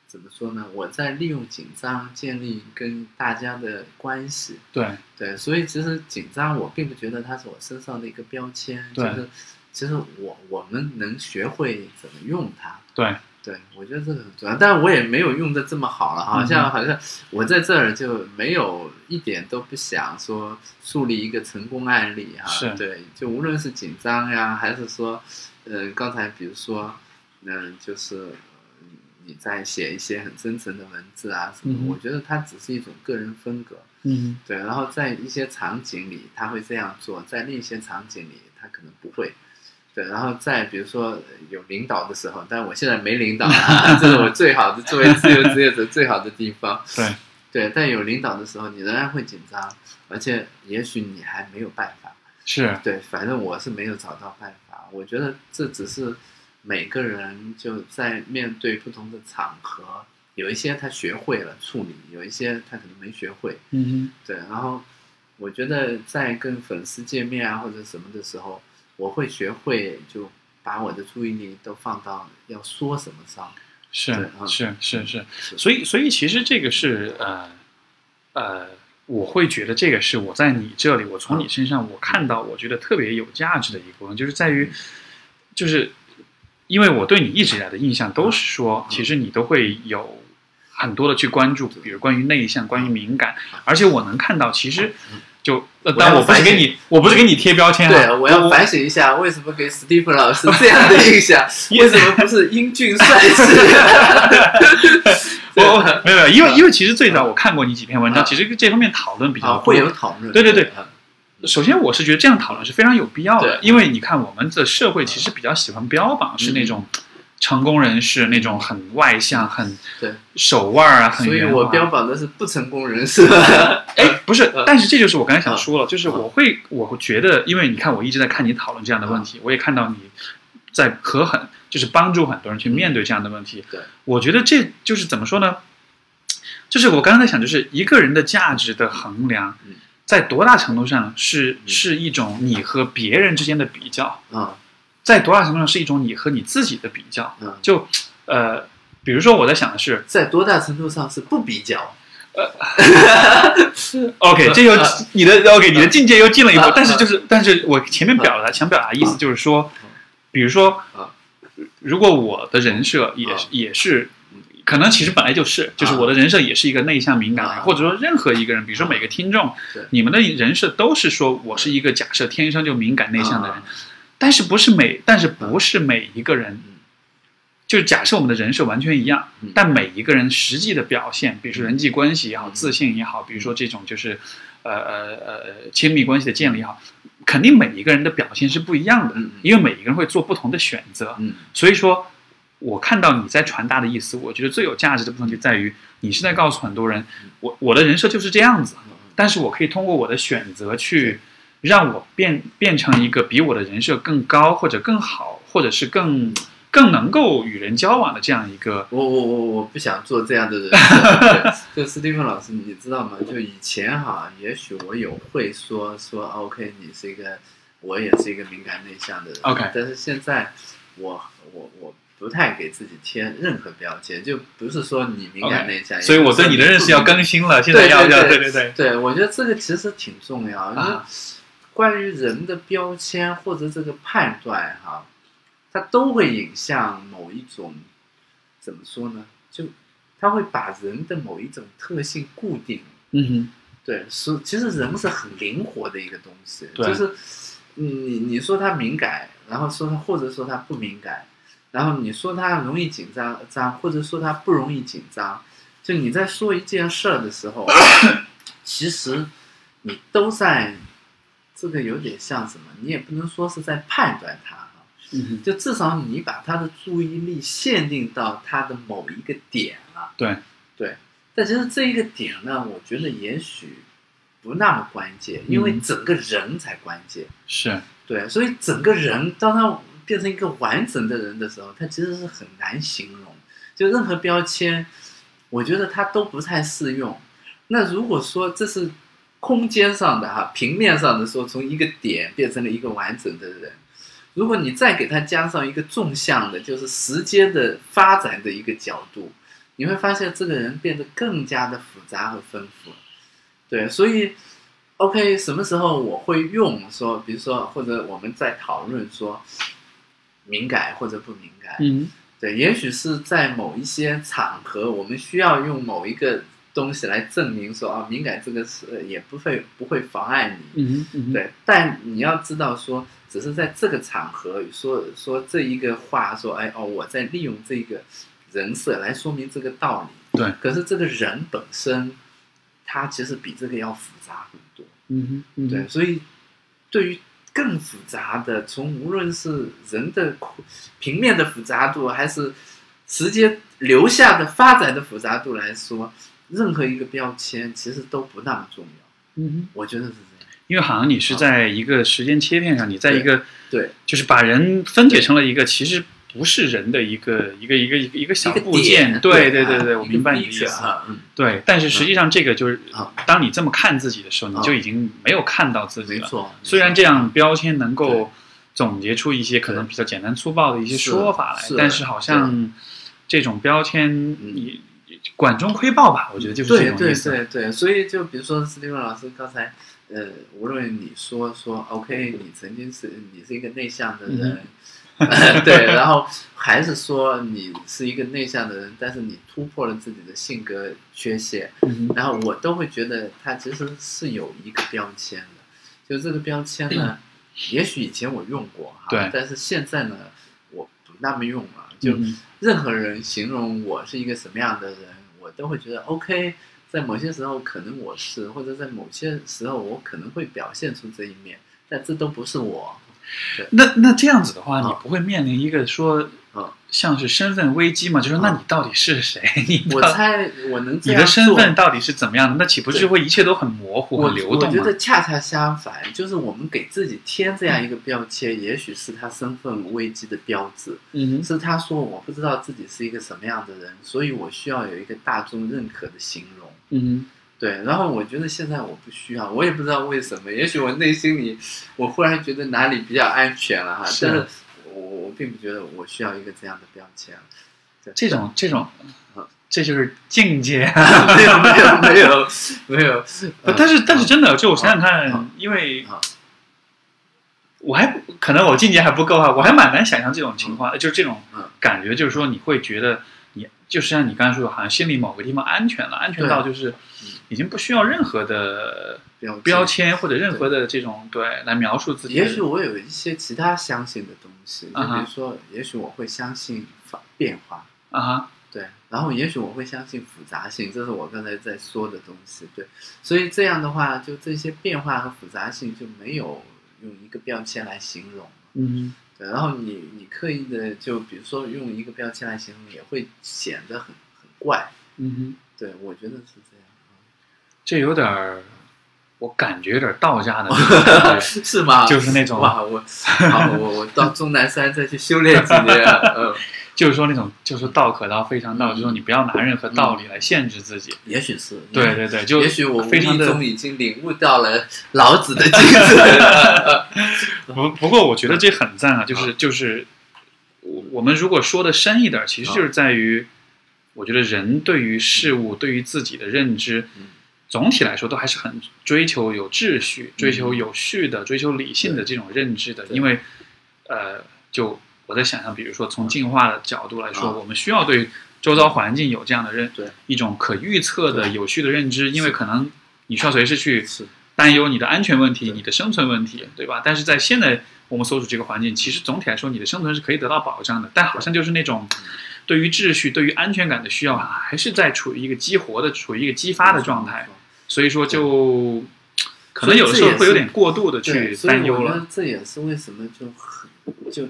怎么说呢？我在利用紧张建立跟大家的关系，对，对，所以其实紧张，我并不觉得它是我身上的一个标签，就对是其实我我们能学会怎么用它。对，对，我觉得这个很重要，但我也没有用的这么好了，好像、嗯好像我在这儿就没有一点都不想说树立一个成功案例哈、是对，就无论是紧张呀，还是说，呃，刚才比如说，嗯、就是呃你在写一些很真诚的文字啊什么，嗯哼我觉得它只是一种个人风格。嗯，对，然后在一些场景里他会这样做，在另一些场景里他可能不会。对，然后在比如说呃有领导的时候，但我现在没领导啊，这是我最好的作为自由职业者最好的地方。对，对，但有领导的时候，你仍然会紧张，而且也许你还没有办法。是，对，反正我是没有找到办法。我觉得这只是每个人就在面对不同的场合，有一些他学会了处理，有一些他可能没学会。嗯对，然后我觉得在跟粉丝见面啊或者什么的时候，我会学会就把我的注意力都放到要说什么上。哼，是对嗯是是是，是所以所以其实这个是呃呃，我会觉得这个是我在你这里，我从你身上我看到我觉得特别有价值的一部分，就是在于就是因为我对你一直以来的印象都是说，其实你都会有很多的去关注，比如关于内向、关于敏感，而且我能看到，其实就呃我但要我不是反给省你，我不是给你贴标签对啊，，我要反省一下，为什么给史蒂夫老师这样的 印象？为什么不是英俊帅气？我我没有没有，因为嗯因为其实最早我看过你几篇文章，嗯其实这方面讨论比较啊，多会有讨论。对对对嗯，首先，我是觉得这样讨论是非常有必要的，对嗯因为你看，我们的社会其实比较喜欢标榜是那种成功人士，那种很外向、很对手腕啊，很所以圆我滑标榜的是不成功人士。 哎，不是嗯，但是这就是我刚才想说了，就是嗯我会，我会觉得，因为你看，我一直在看你讨论这样的问嗯题，我也看到你在和很，就是帮助很多人去面对这样的问题。对，我觉得这就是怎么说呢？就是我刚才在想，就是一个人的价值的衡量嗯，在多大程度上是嗯是一种你和别人之间的比较，嗯在多大程度上是一种你和你自己的比较。嗯，就呃，比如说我在想的是，在多大程度上是不比较？ OK，这呃又你的 OK，你的境界又进了一步啊，呃但是就是，但是我前面表达想表达的意思就是说嗯，比如说啊，如果我的人设也是啊也是。可能其实本来就是，呃就是我的人设也是一个内向敏感的人，啊或者说任何一个人，比如说每个听众呃对，你们的人设都是说我是一个假设天生就敏感内向的人，啊但是不是每，但是不是每一个人呃嗯，就是假设我们的人设完全一样嗯，但每一个人实际的表现，比如说人际关系也好，嗯自信也好，比如说这种就是呃呃呃亲密关系的建立也好，肯定每一个人的表现是不一样的嗯嗯，因为每一个人会做不同的选择，嗯所以说。我看到你在传达的意思，我觉得最有价值的部分就在于你是在告诉很多人嗯，我我的人设就是这样子，嗯但是我可以通过我的选择去让我变变成一个比我的人设更高，或者更好，或者是更更能够与人交往的这样一个我我我我不想做这样的人 设。对就斯蒂芬老师，你知道吗？就以前哈，也许我有会说说啊 OK，你是一个，我也是一个敏感内向的人。 OK 但是现在我我我不太给自己贴任何标签，就不是说你敏感 OK，内向所以我对你的认识要更新了，现在要要对对对，对，我觉得这个其实挺重要。因为啊关于人的标签或者这个判断哈、它都会影响某一种，怎么说呢？就它会把人的某一种特性固定。嗯哼，对，是其实人是很灵活的一个东西，对就是你你你说他敏感，然后说他或者说他不敏感，然后你说他容易紧张张，或者说他不容易紧张，就你在说一件事儿的时候，其实你都在这个有点像什么，你也不能说是在判断他哈，嗯哼，就至少你把他的注意力限定到他的某一个点了。对对，但其实这一个点呢，我觉得也许不那么关键，因为嗯整个人才关键。是对，所以整个人当他变成一个完整的人的时候，他其实是很难形容。就任何标签，我觉得它都不太适用。那如果说这是空间上的哈，平面上的说，从一个点变成了一个完整的人，如果你再给它加上一个纵向的，就是时间的发展的一个角度，你会发现这个人变得更加的复杂和丰富。对，所以 OK，什么时候我会用说，比如说或者我们在讨论说敏感或者不敏感，嗯对，也许是在某一些场合，我们需要用某一个东西来证明说啊，敏感这个词呃也不会不会妨碍嗯你。哼嗯哼，对，但你要知道说，只是在这个场合说说这一个话，说哎哦，我在利用这个人设来说明这个道理。对，可是这个人本身，他其实比这个要复杂很多。嗯哼，对，所以对于更复杂的，从无论是人的空平面的复杂度，还是直接留下的发展的复杂度来说，任何一个标签其实都不那么重要。嗯我觉得是这样。哼，因为好像你是在一个时间切片上，你在一个对，就是把人分解成了一个其实不是人的一个一个一个一个一个小一个部点件，对对对对啊对，我一个明白你的意 feature 思。啊嗯对，但是实际上这个就是啊，当你这么看自己的时候，你就已经没有看到自己没了。错。虽然这样标签能对够总结出一些可能比较简单粗暴的一些是说法来是，嗯但是好像这种标签你管中窥豹吧，我觉得就是这对种意对思。对对，所以就比如说斯蒂芬老师刚才，呃，无论你说说 OK，你曾经是你是一个内向的嗯人，对，然后还是说你是一个内向的人，但是你突破了自己的性格缺陷，嗯哼然后我都会觉得它其实是有一个标签的，就这个标签呢，也许以前我用过哈嗯对，但是现在呢，我不那么用了，就。嗯任何人形容我是一个什么样的人，我都会觉得 OK。在某些时候可能我是，或者在某些时候我可能会表现出这一面，但这都不是我。那那这样子的话，啊你不会面临一个说啊像是身份危机嘛？就是那啊你到底是谁？ 你我到猜我能这你样的身做份到底是怎么样的？那岂不是就会一切都很模糊、我很流我动觉吗？得恰恰相反，就是我们给自己贴这样一个标签，也许是他身份危机的标志。嗯哼，是他说我不知道自己是一个什么样的人，所以我需要有一个大众认可的形容。嗯对，然后我觉得现在我不需要，我也不知道为什么，也许我内心里，我忽然觉得哪里比较安全了哈，是但是我我我并不觉得我需要一个这样的标签，对哼，这种这种啊，这就是境界。 啊没有没有没有没有， 不但是但是嗯真的，就我想想看啊，因为啊我还不可能我境界还不够啊，我还蛮难想象这种情况，就是这种嗯感觉，就是说你会觉得你就是像你刚才说的，好像心里某个地方安全了，安全到啊就是嗯已经不需要任何的标标标签或者任何的这种对来描述自己的。也许我有一些其他相信的东西，就啊比哈如说，也许我会相信法变化，啊哈，对，然后也许我会相信复杂性，这是我刚才在说的东西，对，所以这样的话，就这些变化和复杂性就没有用一个标签来形容。嗯对，然后你你刻意的就比如说用一个标签来形容，也会显得很很怪。嗯哼，对，我觉得是这样。这有点儿，我感觉有点儿道家的那种感 觉，是吗？就是那种哇，我好，我我到终南山再去修炼几年，呃，就是说那种就是道可道非常道，嗯就是说你不要拿任何道理来限制自己。也许是，对，对对，就也许我无非常意的中已经领悟到了老子的精 神。不不过我觉嗯得这很赞啊，就是就是我我们如果说的深一点儿，其啊实就是在于，我觉得人对于事物、对于自己的认知 嗯，总体来说都还是很追求有秩序、追求有序的、追求理性的这种认知的，嗯对因为呃，就我在想象，比如说从进化的角度来说，啊我们需要对周遭环境有这样的认对一种可预测的对有序的认知，因为可能你需要随时去是担忧你的安全问题、对你的生存问题，对吧？但是在现在我们所处这个环境，其实总体来说，你的生存是可以得到保障的，但好像就是那种对于秩序、对于安全感的需要，啊，还是在处于一个激活的、处于一个激发的状态，。所以说就可能有的时候会有点过度的对，去所以担忧我觉了。得这也是为什么就很就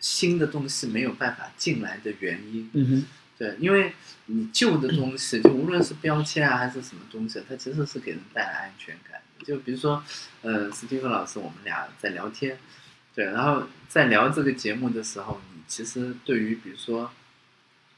新的东西没有办法进来的原因。嗯哼，对，因为你旧的东西，就无论是标签啊还是什么东西，它其实是给人带来安全感的。就比如说，呃，史蒂芬老师，我们俩在聊天，对，然后在聊这个节目的时候，你其实对于比如说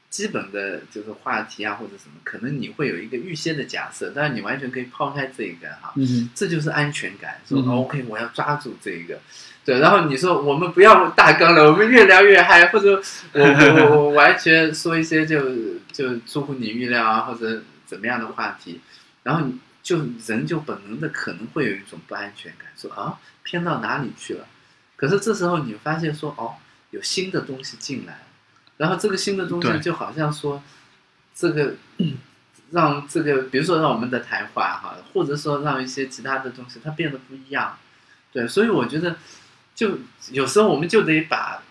基本的就是话题啊或者什么，可能你会有一个预先的假设，但是你完全可以抛开这一个哈，嗯哼，这就是安全感，说、哦嗯 OK，我要抓住这一个。对，然后你说我们不要大纲了，我们越聊越嗨，或者我我我我完全说一些就就出乎你预料啊，或者怎么样的话题，然后你就人就本能的可能会有一种不安全感，说啊偏到哪里去了？可是这时候你发现说哦，有新的东西进来了，然后这个新的东对西就好像说这个 让这个，比如说让我们的谈话哈，或者说让一些其他的东西，它变得不一样。对，所以我觉得，就有时候我们就得把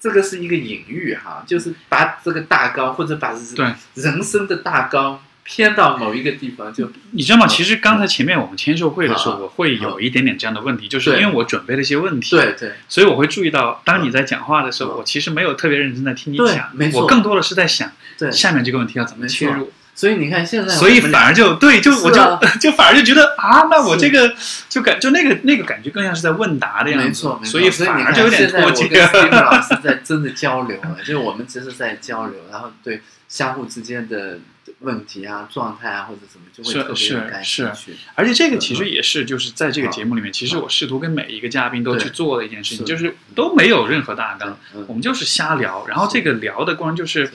这个是一个隐喻哈，就是把这个大纲或者把对人生的大纲偏到某一个地方，就你知道吗？其实刚才前面我们签售会的时候，啊我会有一点点这样的问题，就是因为我准备了一些问题，对对所以我会注意到，当你在讲话的时候，嗯我其实没有特别认真在听你对讲，没错我更多的是在想对。下面这个问题要怎么切入，所以你看现在我所以们反而就对，就是我就、啊就 反而就觉得啊，那我是这个就感就那个那个感觉更像是在问答的样子，没错，没错所以所以反你而看，就有点现在脱我节跟。Steven 老师在真的交流了，就是我们其实在交流，然后对相互之间的问题啊、状态啊或者什么，就会是特别是有感兴趣。 而且这个其实嗯也是，就是在这个节目里面，其实我试图跟每一个嘉宾都对去做的一件事情，是就是都没有任何大纲，嗯我们就是瞎聊，然后是这个聊的过程就是是。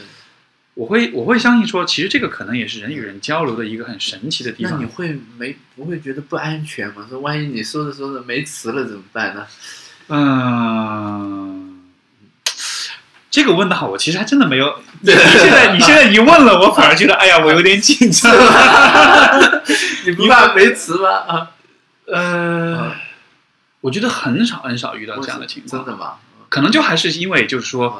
我会我会相信说，其实这个可能也是人与人交流的一个很神奇的地那方你。会没不会觉得不安全吗？说万一你说着说着没词了怎么 办呢？嗯，这个问的好，我其实还真的没 有。你现在你现在一问了，我反而觉得，哎呀，我有点紧张。 你不怕没词吗？啊，嗯呃，我觉得很少很少遇到这样的情真况，的吗？可能就还是因为就是说嗯，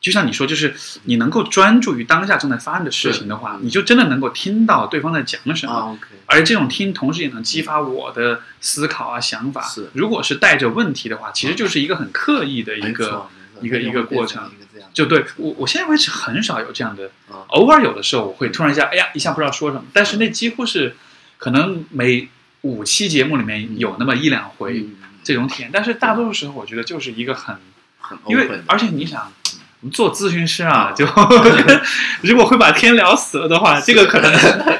就像你说，就是你能够专注于当下正在发生的事情的话，对你就真的能够听到对方在讲什么。啊，OK，而这种听，同时也能激发我的思考啊、想法。是啊如果是带着问题的话，其实就是一个很刻意的一没个错，一没错个那就一个会变过成程一个这样的就对我，我现在为止很少有这样的，啊，偶尔有的时候我会突然一下，哎呀，一下不知道说什么，但是那几乎是可能每五期节目里面有那么一两回嗯这种体验，但是大多数时候我觉得就是一个很，很因为 open 的而且你想。我们做咨询师啊，嗯就 如果会把天聊死了的话，这个可能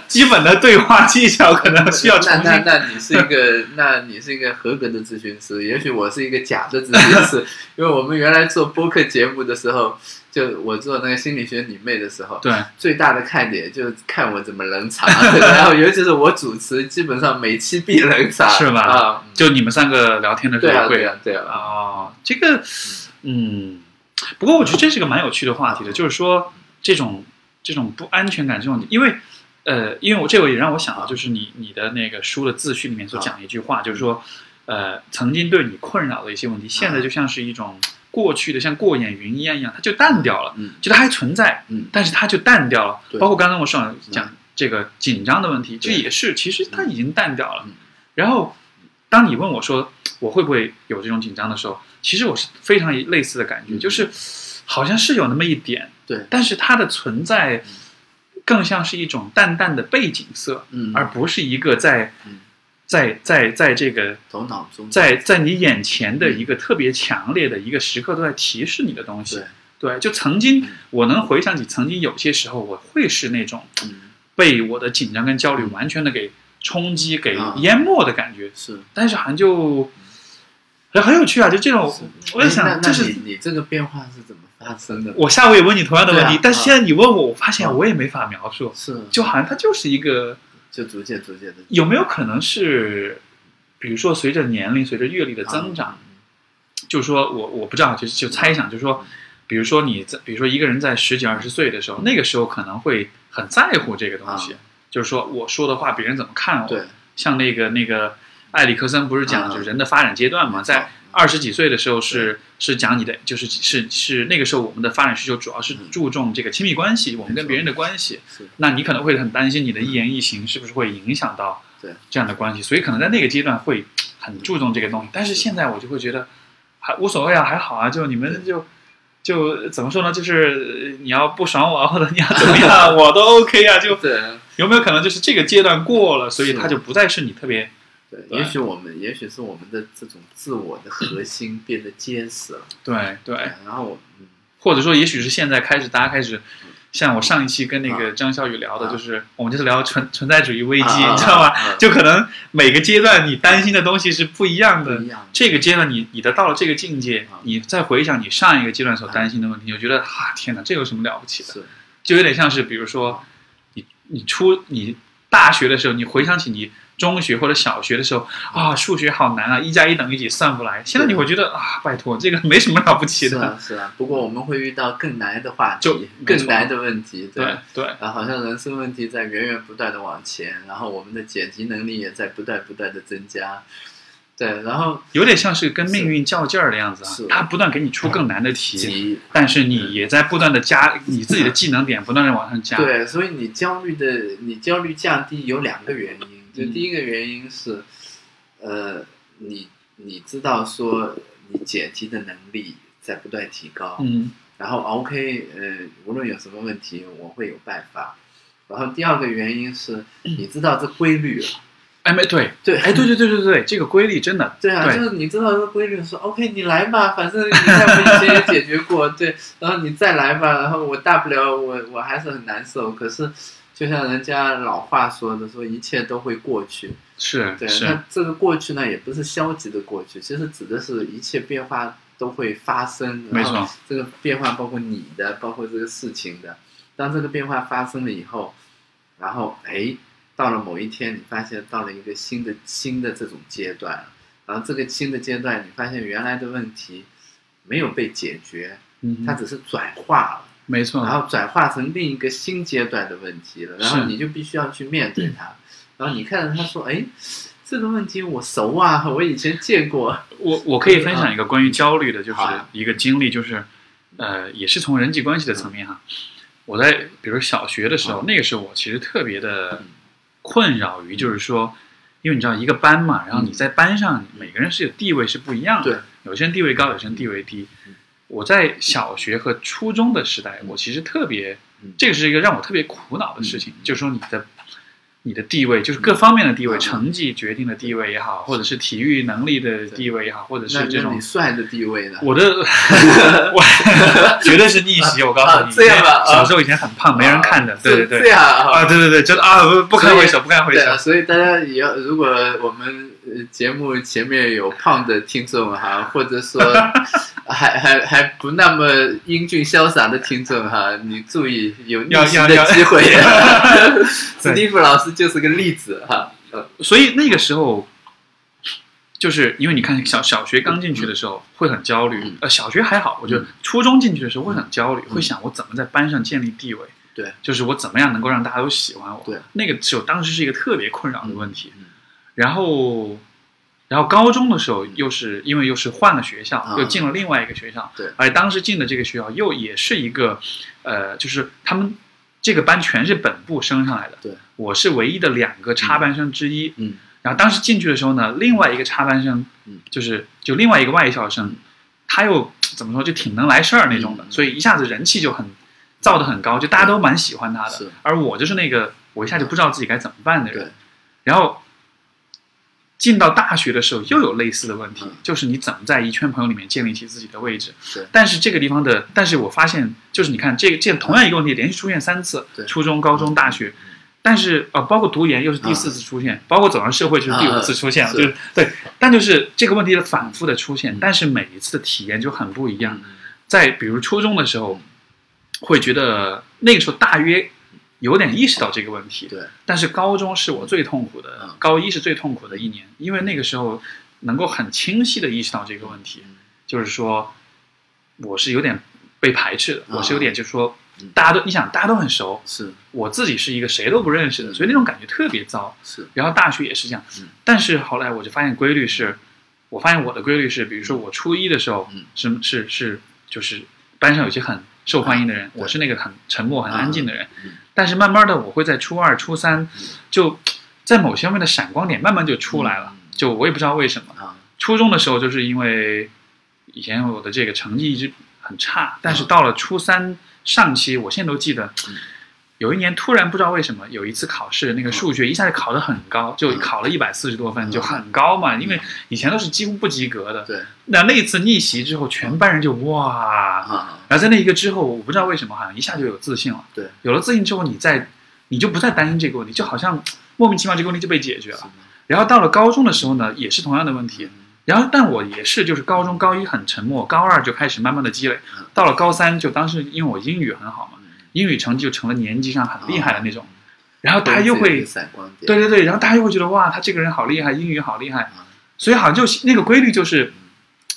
基本的对话技巧可能 需要重那新那那你是一 个，那你是一个合格的 咨询师，也许我是一个假的咨询师，因为我们原来做播客节目的时候，就我做那个心理学理妹的时候，对，最大的看点就是看我怎么冷场，啊 然后尤其是我主持，基本上每期必冷场，是吧啊，就你们三个聊天的时对啊，候会对啊，对啊，哦，这个，嗯，不过我觉得这是个蛮有趣的话题的，就是说这种这种不安全感这种，因为呃，因为我这个也让我想到，就是你你的那个书的自序里面所讲的一句话，就是说，呃，曾经对你困扰的一些问题，现在就像是一种过去的像过眼云烟一样，它就淡掉了，嗯就它还存在，嗯，但是它就淡掉了。对包括刚刚我上讲嗯这个紧张的问题，这对也是其实它已经淡掉了嗯。然后，当你问我说我会不会有这种紧张的时候，其实我是非常类似的感觉，嗯就是好像是有那么一点，对，但是它的存在嗯更像是一种淡淡的背景色，嗯，而不是一个在嗯在在在这个头脑中在在你眼前嗯的一个特别强烈的一个时刻都在提示你的东西对。，对，就曾经嗯我能回想起，曾经有些时候我会是那种嗯，被我的紧张跟焦虑完全的给冲击、给啊淹没的感觉，是。但是好像就很很有趣啊，就这种是，我在哎想，那这那你是你这个变化是怎么发生的？我下午也问你同样的问对题啊，但是现在你问我，我发现啊我也没法描述，是就好像它就是一个就逐渐逐渐的有没有可能是，比如说随着年龄、随着阅历的增长，，就是说我我不知道，就是就猜想，就是说，比如说你在，比如说一个人在十几二十岁的时候，那个时候可能会很在乎这个东西，啊就是说我说的话别人怎么看我。对，像那个那个埃里克森不是讲啊就是人的发展阶段嘛，在二十几岁的时候是是讲你的就是是是那个时候我们的发展需求主要是嗯注重这个亲密关系，我们没跟错别人的关系。是那你可能会很担心你的一言一行是不是会影响到嗯对这样的关系，所以可能在那个阶段会很注重这个东西。但是现在我就会觉得还无所谓啊，还好啊，就你们就就怎么说呢？就是呃你要不爽我啊或者你要怎么 样，我都 OK 啊。就对有没有可能就是这个阶段过了，所以是它就不再是你特别对，对也许我们也许是我们的这种自我的核心变得结实了，对对，然后我嗯或者说也许是现在开始大家开始。像我上一期跟那个张笑宇聊的，啊就是我们就是聊存存在主义危机，啊啊你知道吗？啊就可能每个阶段你担心的东西是不一样不的一。样，这个阶段你你的到了这个境界啊，你再回想你上一个阶段所担心的问题，你就觉得啊天哪，这有什么了不起的？是就有点像是比如说你你初你大学的时候，你回想起你中学或者小学的时候啊，数学好难啊，一加一等于几算不来。现在你会觉得啊，拜托，这个没什么了不起是的。啊是啊，不过我们会遇到更难的话就题，更难的问题，对。对啊，好像人生问题在源源不断的往前，然后我们的解题能力也在不断不断的增加，对，然后有点像是跟命运较劲儿的样子是啊，它不断给你出更难的题，急，但是你也在不断的加你自己的技能点，不断的往上加。对，所以你焦虑的，你焦虑降低有两个原因，就嗯第一个原因是，呃，你你知道说你解题的能力在不断提高，嗯然后 OK，呃，无论有什么问题，我会有办法。然后第二个原因是，嗯你知道这规律了，哎，没对，对，哎，对对对对对，这个规律真的对啊，对就是你知道这个规律，说 OK，你来吧，反正你看我以前也解决过，对，然后你再来吧，然后我大不了我我还是很难受，可是就像人家老话说的，说一切都会过去，是对，是那这个过去呢，也不是消极的过去，其实指的是一切变化都会发生，没，错，这个变化包括你的，包括这个事情的，当这个变化发生了以后，然后哎，到了某一天，你发现到了一个新的新的这种阶段，然后这个新的阶段，你发现原来的问题没有被解决，嗯它哼，只是转化了，没错，然后转化成另一个新阶段的问题了，然后是你就必须要去面对它，然后你看着他说，哎，这个问题我熟啊，我以前见过，我我可以分享一个关于焦虑的，就是嗯好呀一个经历，就是呃，也是从人际关系的层面哈。我在比如小学的时嗯候，那个时候我其实特别的困扰于，就是说，因为你知道一个班嘛，然后你在班上每个人是有地位是不一样嗯对的，有些人地位高，有些人地位低嗯。我在小学和初中的时代，我其实特别嗯，这个是一个让我特别苦恼的事情嗯，就是说你的你的地位，就是各方面的地位，嗯成绩决定的地位也好，或者是体育能力的地位也好，或者那是这那你种帅的地位呢？我的，我绝对是逆袭。我告诉啊 你，这样吧啊小时候以前很胖，没人看的，啊 对对是这对，样啊啊，对对对，真的啊，不不堪回首，不堪回对首啊，，所以大家也要，如果我们呃节目前面有胖的听众哈，或 者说还还还不那么英俊潇洒的听众哈，你注意有逆要袭要的要机 会。对史蒂夫老师就是个例子哈。呃所以那个时候，就是因为你看小小学刚进去的时候会很焦虑嗯，呃，小学还好，我觉得初中进去的时候会很焦虑，嗯会想我怎么在班上建立地位，对，就是我怎么样能够让大家都喜欢我，对，那个时候当时是一个特别困扰的问题。嗯然后，然后高中的时候又是因为又是换了学校啊，又进了另外一个学校，对而当时进的这个学校又也是一个，呃，就是他们这个班全是本部升上来的，对，我是唯一的两个插班生之一，嗯然后当时进去的时候呢，另外一个插班生嗯，就是就另外一个外校生，他又怎么说就挺能来事儿那种的嗯，嗯所以一下子人气就很造的很高，就大家都蛮喜欢他的是。而我就是那个我一下就不知道自己该怎么办的对人。然后进到大学的时候又有类似的问题嗯，就是你怎么在一圈朋友里面建立起自己的位置对。但是这个地方的，但是我发现就是你看这个这同样一个问题连续出现三次对，嗯初中、高中、大学，但是呃，包括读研又是第四次出现，包括走上社会就是第五次出现了，啊就是对。但就是这个问题的反复的出现，嗯但是每一次的体验就很不一样嗯。在比如初中的时候，会觉得那个时候大约有点意识到这个问题，对但是高中是我最痛苦的，嗯高一是最痛苦的一年，因为那个时候能够很清晰的意识到这个问题，嗯就是说我是有点被排斥的，啊我是有点就是说嗯大家都你想大家都很熟，是我自己是一个谁都不认识的，嗯所以那种感觉特别糟。是然后大学也是这样嗯，但是后来我就发现规律是，我发现我的规律是，比如说我初一的时候嗯是是是就是班上有些很受欢迎的人，啊对我是那个很沉默很啊安静的人嗯，但是慢慢的我会在初二初三就在某些方面的闪光点慢慢就出来了嗯嗯，就我也不知道为什么。啊初中的时候就是因为以前我的这个成绩一直很差，但是到了初三上期，我现在都记得嗯，有一年突然不知道为什么有一次考试，那个数学一下就考得很高，就嗯考了一百四十多分，嗯就很高嘛，因为嗯以前都是几乎不及格的。对那那一次逆袭之后，全班人就哇，啊然后在那一个之后，我不知道为什么好像一下就有自信了。对有了自信之后，你再你就不再担心这个问题，就好像莫名其妙这个问题就被解决是了吗。然后到了高中的时候呢，也是同样的问题，然后，但我也是，就是高中高一很沉默，高二就开始慢慢的积累嗯，到了高三就当时因为我英语很好嘛，嗯英语成绩就成了年级上很厉害的那种，然后大他家又会，闪光点，对对对，然后大家又会觉得哇，他这个人好厉害，英语好厉害，啊所以好像就是那个规律就是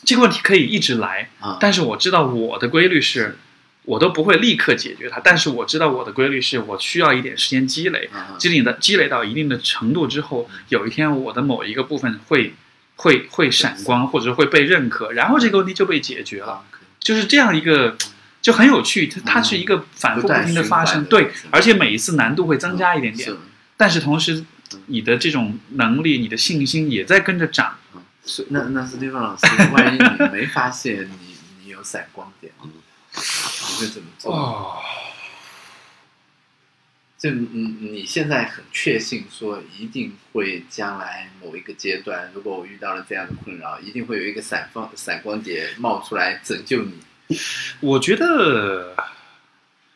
这个问题可以一直来，啊，但是我知道我的规律是是。我都不会立刻解决它，但是我知道我的规律是我需要一点时间积累，啊积累的积累到一定的程度之后，有一天我的某一个部分会会会闪光，或者会被认可，然后这个问题就被解决了。啊可以就是这样一个，就很有趣，它它是一个反复不停的发生，嗯不断循环的对，嗯而且每一次难度会增加一点点，是啊但是同时你的这种能力、你的信心也在跟着涨。那那是地方老师， 万一你没发现你你有闪光点，你会怎么做？嗯哦，就你你现在很确信说一定会将来某一个阶段，如果我遇到了这样的困扰，一定会有一个闪光闪光点冒出来拯救你。我觉得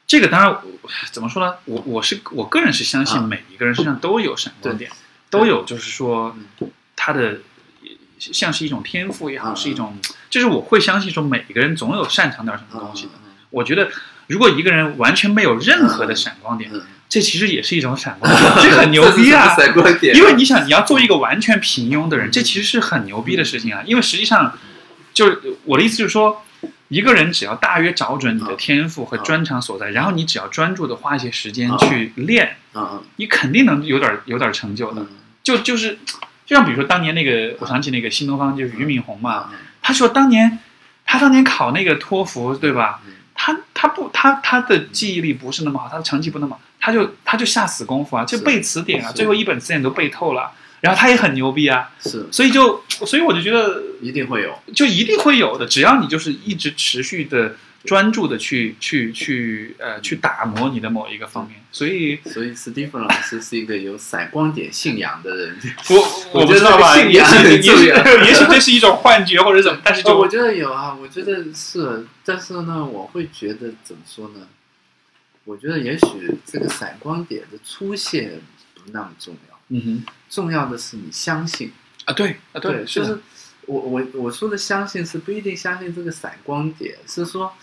这个当然我怎么说呢？我我是我个人是相信啊每一个人身上都有闪光对点，都有就是说嗯他的像是一种天赋也好，嗯是一种就是我会相信说每一个人总有擅长点什么东西的。嗯我觉得如果一个人完全没有任何的闪光点，嗯，这其实也是一种闪光点，这很牛逼 啊！闪光点，因为你想，你要做一个完全平庸的人，这其实是很牛逼的事情啊。因为实际上，就是我的意思就是说，一个人只要大约找准你的天赋和专长所在，然后你只要专注的花一些时间去练，嗯你肯定能有点有点成就的。嗯就就是，就像比如说当年那个，我想起那个新东方就是俞敏洪嘛，嗯他说当年他当年考那个托福，对吧？嗯他他不他他的记忆力不是那么好，他的成绩不那么好，他就他就下死功夫啊，就是背词典啊，是最后一本词典都背透了，然后他也很牛逼啊，是所以就所以我就觉得一定会有，就一定会有的，只要你就是一直持续的专注的去去去呃去打磨你的某一个方面，所以所以史蒂芬老师是一个有闪光点信仰的人。我我不觉得知道吧，信也仰许很也许重 要也许这是一种幻觉或者怎么， 但是哦，我就觉得有啊，我觉得是，但是呢，我会觉得怎么说呢？我觉得也许这个闪光点的出现不那么重要，嗯哼重要的是你相信，啊，对啊，对，是就的是我我我说的相信是不一定相信这个闪光点，是说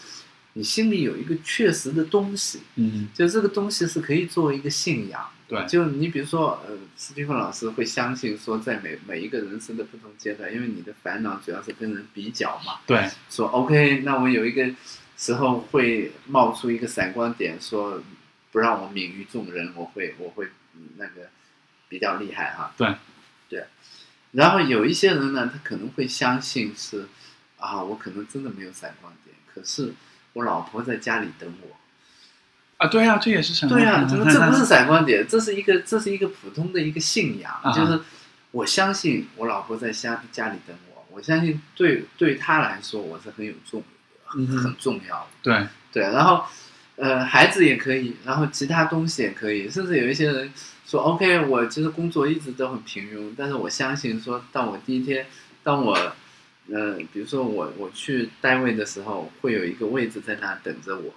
你心里有一个确实的东西，嗯，就这个东西是可以作为一个信仰。对就你比如说，呃，斯蒂芬老师会相信说，在每每一个人生的不同阶段，因为你的烦恼主要是跟人比较嘛，对，说 OK，那我有一个时候会冒出一个闪光点，说不让我泯于众人，我会我会嗯那个比较厉害哈。对对，然后有一些人呢，他可能会相信是啊，我可能真的没有闪光点，可是我老婆在家里等我。啊，对啊，这也是什么？对呀、嗯 这这不是闪光点，这是一个这是一个普通的一个信仰，啊就是我相信我老婆在家家里等我，我相信对对她来说我是很有重嗯哼很重要的，对，啊对，然后呃孩子也可以，然后其他东西也可以，甚至有一些人说 OK，我其实工作一直都很平庸，但是我相信说，当我第一天，当我呃比如说我我去单位的时候，会有一个位置在那等着我。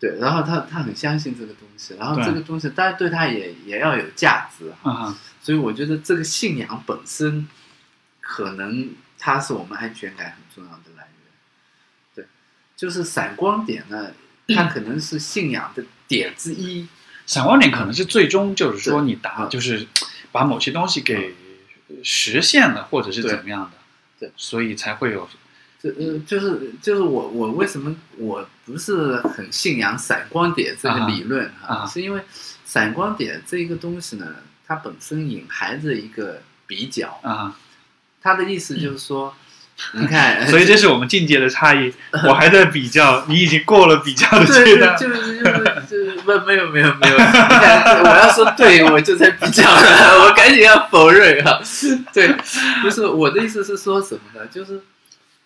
对，然后他他很相信这个东西，然后对这个东西当然对他也也要有价值哈，啊哈，所以我觉得这个信仰本身，可能它是我们安全感很重要的来源。对，就是闪光点呢，它可能是信仰的点之一。闪光点可能是最终就是说对你达嗯就是把某些东西给实现了，或者是对怎么样的，对，所以才会有就呃，就是就是我我为什么我不是很信仰闪光点这啊个理论啊是因为闪光点这个东西呢，它本身隐含着一个比较，啊，它的意思就是说，你看， 所以这是我们境界的差异。我还在比较，你已经过了比较的阶对对，段，就是就是就是不没有没有没有，你看我要说对，我就在比较了，我赶紧要否认啊。对，不是我的意思是说什么呢？就是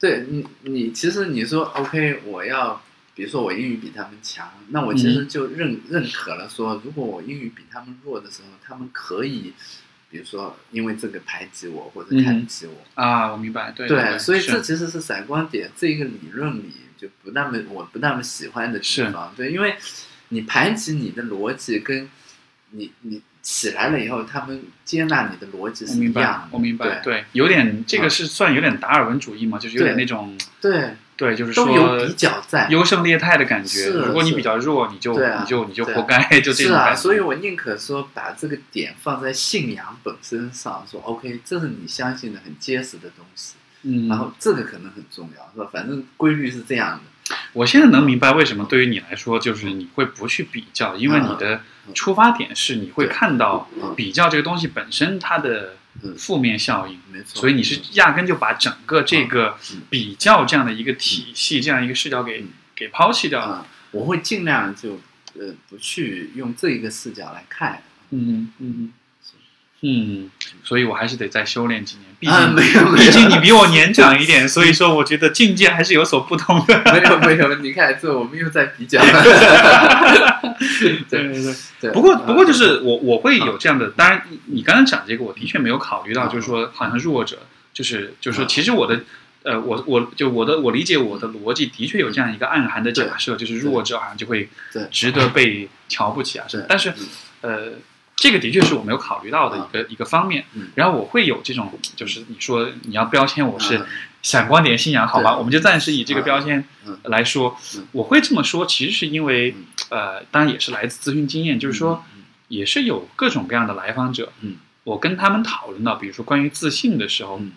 对你你其实你说 OK，我要比如说我英语比他们强，那我其实就认、认可了说，如果我英语比他们弱的时候，他们可以比如说因为这个排挤我或者看不起我。啊，我明白，对对，所以是这其实是闪光点这一个理论里就不那么我不那么喜欢的地方。对，因为你排挤你的逻辑跟你你起来了以后，他们接纳你的逻辑我是一明白样，我的。明白，对，有点这个嗯是算有点达尔文主义嘛，就是有点对那种对，对，就是说都有比较在。优胜劣汰的感觉。是如果你是比较弱，你就对啊你就你就对啊活该，就这是种啊，感觉。所以我宁可说把这个点放在信仰本身上，说 OK，这是你相信的很结实的东西，嗯，然后这个可能很重要，是吧？反正规律是这样的，我现在能明白为什么对于你来说，就是你会不去比较，因为你的出发点是你会看到嗯比较这个东西本身它的嗯负面效应，没错。所以你是压根就把整个这个嗯比较这样的一个体系、这样一个视角给嗯给抛弃掉了。啊，我会尽量就呃不去用这一个视角来看。嗯嗯嗯，所以我还是得再修炼几年，毕啊，竟没有没毕有竟你比我年长一点，所以说我觉得境界还是有所不同的。没有没有，你看这我们又在 比较。对对对。对，啊嗯不过，不过就是我我会有这样的，当然你你刚刚讲这个，我的确没有考虑到，就是说好像弱者，就是就是说，嗯其实我的呃，我我就我的我理解我的逻辑的确有这样一个暗含的假设，就是弱者好像就会对值得被瞧不起啊什么对，但是嗯呃，这个的确是我没有考虑到的一个一个方面嗯。然后我会有这种，就是你说你要标签我是嗯闪光点信仰，好吧，对我们就暂时以这个标签嗯来说嗯。我会这么说，其实是因为嗯呃，当然也是来自咨询经验，就是说。，也是有各种各样的来访者。嗯我跟他们讨论到，比如说关于自信的时候，嗯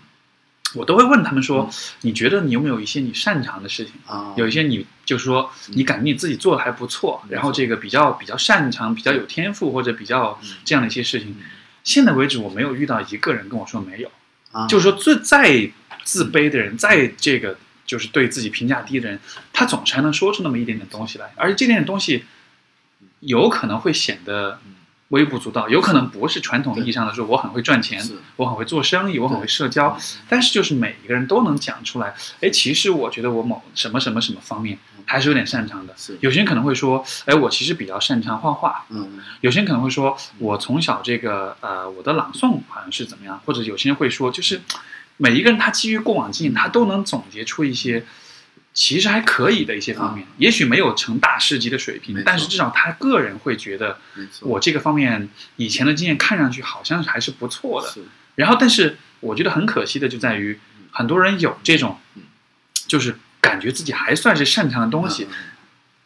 我都会问他们说：“你觉得你有没有一些你擅长的事情？啊，有一些你就是说嗯你感觉你自己做的还不错，没错然后这个比较比较擅长、比较有天赋或者比较嗯这样的一些事情。嗯现在为止，我没有遇到一个人跟我说没有。啊就是说，最再自卑的人，再这个就是对自己评价低的人，他总是还能说出那么一点点东西来，而且这点点东西有可能会显得嗯微不足道，有可能不是传统意义上的说我很会赚钱是，我很会做生意，我很会社交嗯，但是就是每一个人都能讲出来，哎，其实我觉得我某什么什么什么方面嗯还是有点擅长的。是有些人可能会说，哎，我其实比较擅长画画，嗯有些人可能会说，我从小这个呃，我的朗诵好像是怎么样，或者有些人会说，就是每一个人他基于过往经验，他都能总结出一些其实还可以的一些方面，也许没有成大师级的水啊没平错，但是至少他个人会觉得没错，我这个方面以前的经验看上去好像还是不错的，是然后，但是我觉得很可惜的就在于，很多人有这种嗯，就是感觉自己还算是擅长的东西，嗯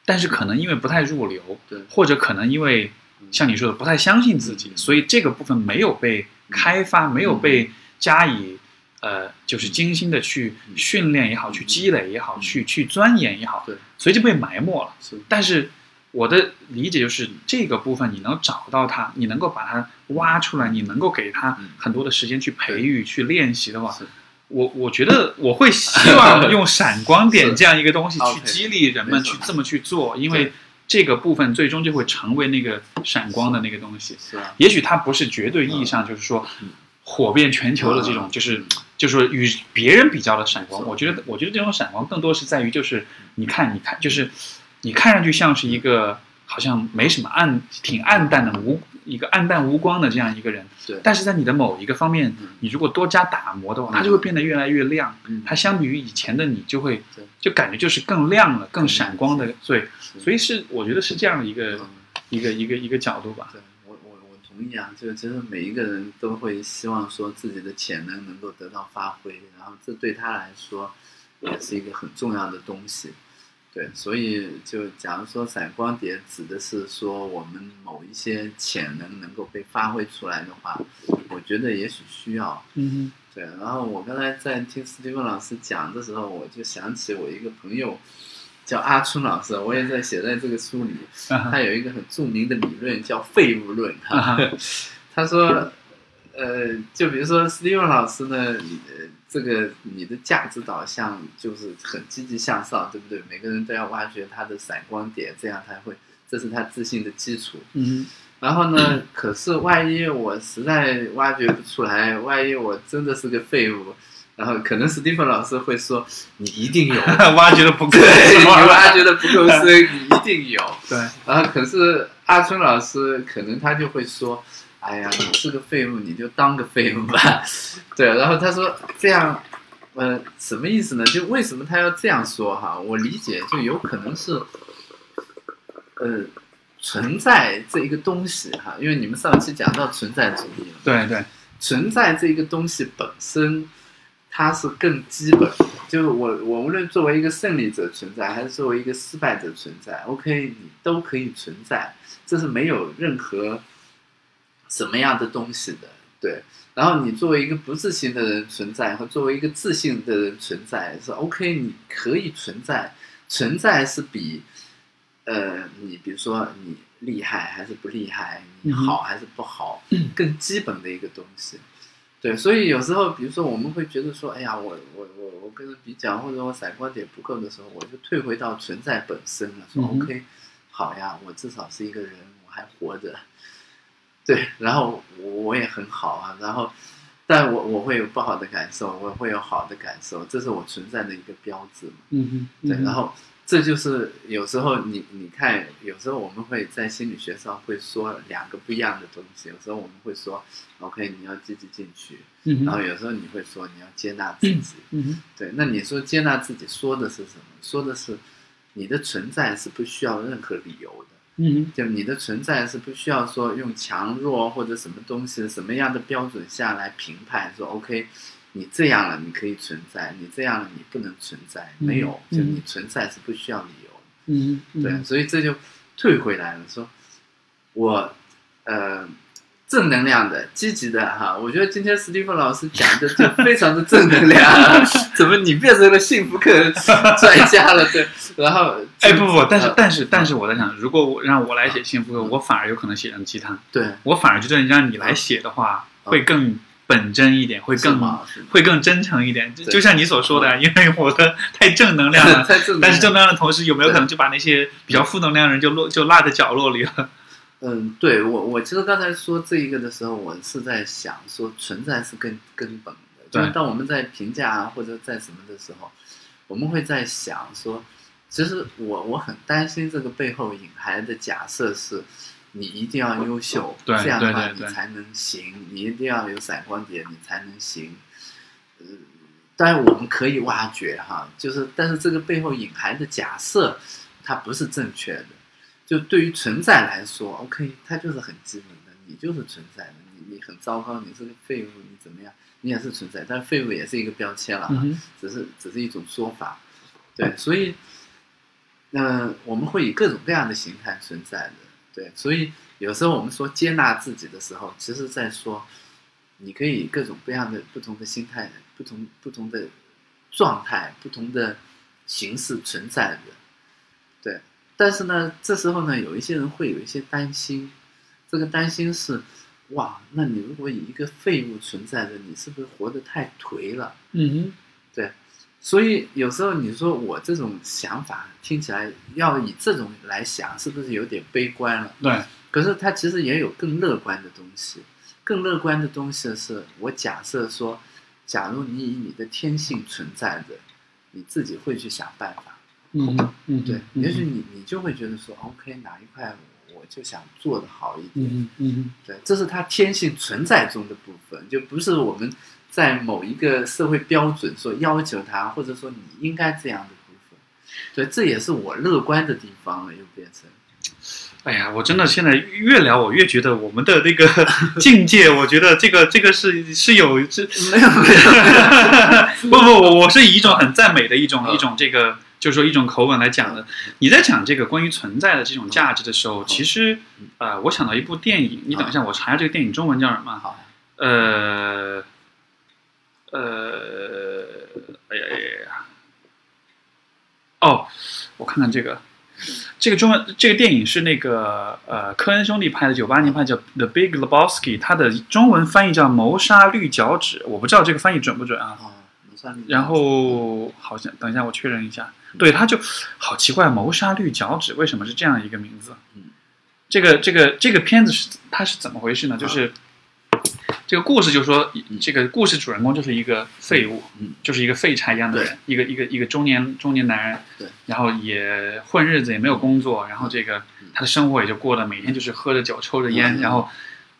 但是可能因为不太入流，对或者可能因为像你说的不太相信自己，嗯所以这个部分没有被开发，没有被加以呃，就是精心的去嗯训练也好，去积累也好，嗯去去钻研也好，对，所以就被埋没了。是但是我的理解嗯就是，这个部分你能找到它，你能够把它挖出来，你能够给它嗯很多的时间去培育、去练习的话，是我我觉得我会希望用闪光点 是这样一个东西去 OK，激励人们没错去这么去做，因对为这个部分最终就会成为那个闪光的那个东西。是啊，也许它不是绝对意义上就是说嗯火遍全球的这种，就是就是说与别人比较的闪光。是我觉得，我觉得这种闪光更多是在于，就是你看，你看，就是你看上去像是一嗯个好像没什么暗、挺暗淡的无一个暗淡无光的这样一个人，对，但是在你的某一个方面嗯，你如果多加打磨的话，嗯它就会变得越来越亮。嗯它相比于以前的你，就会对就感觉就是更亮了、更闪光的。对，是所以是我觉得是这样的一个嗯一个一个一个角度吧。对我我我同意啊，就其实每一个人都会希望说自己的潜能能够得到发挥，然后这对他来说也是一个很重要的东西。对，所以就假如说闪光点指的是说我们某一些潜能能够被发挥出来的话，我觉得也许需要。嗯对，然后我刚才在听斯蒂芬老师讲的时候，我就想起我一个朋友叫阿春老师，我也在写在这个书里。哼，啊哈他有一个很著名的理论叫废物论。啊哈， 哈他说，呃，就比如说 Steven 老师呢，你的这个你的价值导向就是很积极向上，对不对？每个人都要挖掘他的闪光点，这样才会，这是他自信的基础。嗯然后呢，可是万一我实在挖掘不出来，万一我真的是个废物。然后可能 Steven 老师会说：“你一定有，哼， 啊挖掘的不够，对，是你吧挖掘的不够深，你一定有。”对，啊，可是阿春老师可能他就会说：“哎呀，你是个废物，你就当个废物吧。” 对，然后他说这样，呃，什么意思呢？就为什么他要这样说哈？我理解，就有可能是，呃，存在这一个东西哈，因为你们上期讲到存在主义了，对对，存在这一个东西本身，它是更基本的。就是我，我无论作为一个胜利者存在，还是作为一个失败者存在，OK，你都可以存在，这是没有任何什么样的东西的，对。然后你作为一个不自信的人存在，和作为一个自信的人存在是 OK，你可以存在，存在是比，呃，你比如说你厉害还是不厉害，你嗯哼好还是不好，更基本的一个东西。对，所以有时候，比如说我们会觉得说，哎呀，我我我我跟人比较，或者我闪光点不够的时候，我就退回到存在本身了，说、嗯哼 OK，好呀，我至少是一个人，我还活着。对，然后我我也很好啊，然后，但我我会有不好的感受，我会有好的感受，这是我存在的一个标志嘛。嗯哼，嗯对，哼然后这就是有时候你你看，有时候我们会在心理学上会说两个不一样的东西，有时候我们会说，OK，你要积极进取，嗯然后哼，有时候你会说你要接纳自己，嗯哼，对，那你说接纳自己说的是什么？说的是你的存在是不需要任何理由的。嗯就你的存在是不需要说用强弱或者什么东西什么样的标准下来评判，说 OK，你这样了你可以存在，你这样了你不能存在，嗯没有，嗯就你存在是不需要理由的。哼，嗯哼，对，所以这就退回来了，说我呃正能量的、积极的哈，我觉得今天史蒂夫老师讲的就非常的正 能量，怎么你变成了幸福课专家了？对，然后哎不不，但是呃但是但是我在想，如果我让我来写幸福歌，嗯我反而有可能写成鸡汤，对我反而觉得让你来写的话，嗯会更本真一点，会是更吗？是吗会更真诚一点。就对就像你所说的，因为我的太嗯 正能量了， 太正能量了但是正能量的同时，有没有可能就把那些比较负能量的人就落就落在角落里了？嗯，对我，我其实刚才说这一个的时候，我是在想说存在是更根本的，对就是当我们在评价啊或者在什么的时候，我们会在想说，其实我我很担心这个背后隐含的假设是，你一定要优秀，对这样的话对你对对才能行，你一定要有闪光点，你才能行。呃，当然我们可以挖掘哈，就是但是这个背后隐含的假设，它不是正确的。就对于存在来说，OK，它就是很基本的，你就是存在的，你你很糟糕，你是个废物，你怎么样，你也是存在，但是废物也是一个标签了，嗯哼，只是只是一种说法，对，所以，嗯，我们会以各种各样的形态存在的，对，所以有时候我们说接纳自己的时候，其实在说，你可以以各种各样的不同的心态、不同不同的状态、不同的形式存在的，对，但是呢，这时候呢，有一些人会有一些担心，这个担心是。哇，那你如果以一个废物存在的，你是不是活得太颓了？嗯哼，对，所以有时候你说我这种想法听起来要以这种来想，是不是有点悲观了？对，可是它其实也有更乐观的东西。更乐观的东西是我假设说，假如你以你的天性存在着，你自己会去想办法。嗯哼嗯哼，对，嗯哼也许你你就会觉得说，OK，哪一块我就想做的好一点。嗯哼嗯哼，对，这是它天性存在中的部分，就不是我们在某一个社会标准所要求它，或者说你应该这样的部分。对，这也是我乐观的地方了，又变成哎呀，我真的现在越聊，我越觉得我们的那个 境界，我觉得这个这个是是有这，没有没有， 不不，我我是以一种很赞美的一种嗯一种这个，就是说一种口吻来讲的。你在讲这个关于存在的这种价值的时候，其实呃，我想到一部电影，你等一下，我查一下这个电影中文叫什么？ 好，呃，呃，哎呀哎呀哎呀，哦，我看看这个，这个中文这个电影是那个呃科恩兄弟拍的，九八年拍的叫《The Big Lebowski》，它的中文翻译叫《谋杀绿脚趾》，我不知道这个翻译准不准啊。哦，你算是然后好像等一下我确认一下，嗯对，他就好奇怪，谋杀绿脚趾为什么是这样一个名字嗯？这个这个这个片子是它是怎么回事啊呢？就是这个故事就说嗯这个故事主人公就是一个废物，嗯就是一个废柴一样的人，一个一个一个中年中年男人，对，然后也混日子，也没有工作，然后这个嗯他的生活也就过得每天就是喝着酒、抽着烟，嗯然后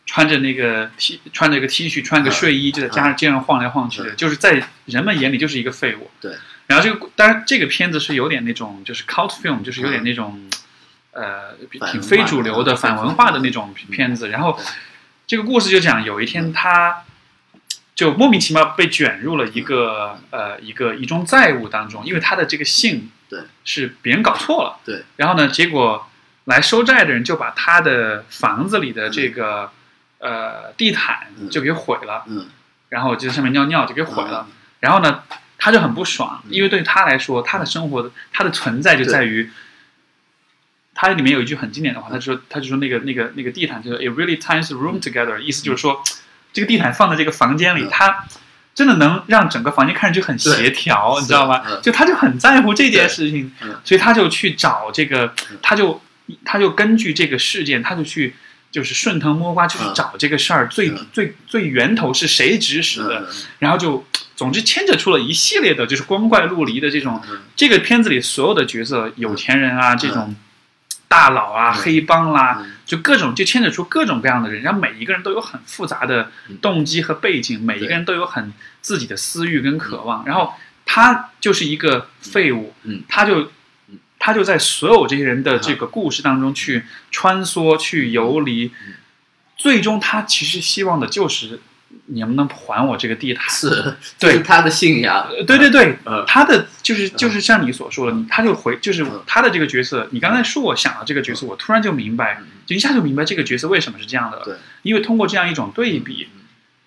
穿着那个 T 穿着一个 T 恤、穿个嗯睡衣，就在家街上晃来晃去的，就是在人们眼里就是一个废物。对。然后这个当然这个片子是有点那种就是 cult film，就是有点那种、呃嗯反挺文化非主流的的嗯反文化的那种片子。然后这个故事就讲有一天他。就莫名其妙被卷入了一个呃一个一桩债务当中，因为他的这个姓对是别人搞错了，对，然后呢，结果来收债的人就把他的房子里的这个、呃地毯嗯就给毁了，嗯，然后就在上面尿尿就给毁了，嗯，然后呢，他就很不爽，嗯因为对他来说，他的生活他的存在就在于。他里面有一句很经典的话，他就说，他就说那个那个那个地毯，就是 it really ties the room together，意思就是说，这个地毯放在这个房间里，嗯它真的能让整个房间看上去很协调，对你知道吗是？嗯就他就很在乎这件事情，嗯所以他就去找这个嗯，他就他就根据这个事件，他就去就是顺藤摸瓜，就去嗯找这个事儿最嗯最最源头是谁指使的，嗯然后就总之牵扯出了一系列的就是光怪陆离的这种嗯嗯这个片子里所有的角色，有钱人啊，这种大佬啊，嗯黑帮啦、嗯就各种就牵扯出各种各样的人，然后每一个人都有很复杂的嗯动机和背景，每一个人都有很自己的私欲跟渴望，然后他就是一个废物，嗯他就嗯他就在所有这些人的这个故事当中去穿梭、去游离嗯，最终他其实希望的就是你能不能还我这个地毯？是，对这是他的信仰呃，对对对，嗯，他的就是就是像你所说的，你他就回就是嗯他的这个角色，你刚才说我想到这个角色，我突然就明白，嗯，就一下就明白这个角色为什么是这样的，对，因为通过这样一种对比，嗯，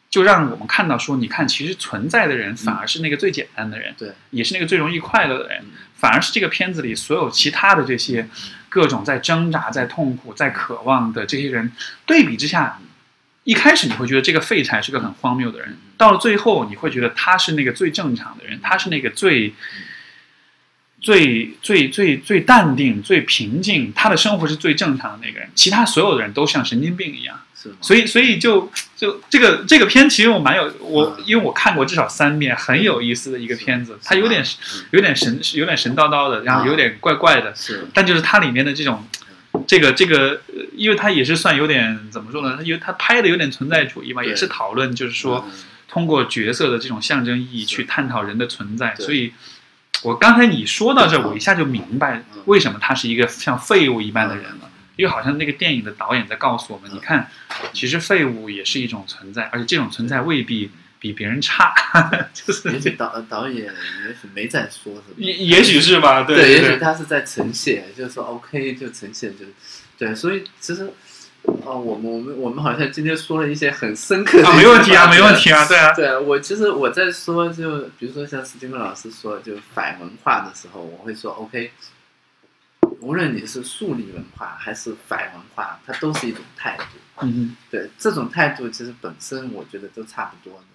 就让我们看到说，你看其实存在的人嗯反而是那个最简单的人，对，也是那个最容易快乐的人，嗯反而是这个片子里所有其他的这些各种在挣扎、在痛苦、在渴望的这些人，对比之下，一开始你会觉得这个废柴是个很荒谬的人嗯，到了最后你会觉得他是那个最正常的人，他是那个最。最最最最淡定、最平静，他的生活是最正常的那个人，其他所有的人都像神经病一样。是吗？所以，所以就就这个这个片，其实我蛮有我，嗯因为我看过至少三遍，很有意思的一个片子是。它有点嗯有点神有点神叨叨的，然后嗯有点怪怪的，是但就是它里面的这种嗯这个这个，呃因为它也是算有点怎么说呢？它有它拍的有点存在主义嘛，对也是讨论就是说嗯通过角色的这种象征意义是去探讨人的存在。对所以，我刚才你说到这儿，嗯我一下就明白嗯为什么他是一个像废物一般的人了。因为好像那个电影的导演在告诉我们，你看，其实废物也是一种存在，而且这种存在未必比别人差， 就是也许导导演也许没在说什么，也也许是吧，对对，也许对，他是在呈现，就是说 OK 就呈现就，对，所以其实哦，我们我们我们好像今天说了一些很深刻的、啊，没问题啊，没问。题啊，对啊，对我其实我在说就，比如说像史蒂芬老师说就反文化的时候，我会说 OK，无论你是树立文化还是反文化，它都是一种态度。嗯对，这种态度其实本身我觉得都差不多的。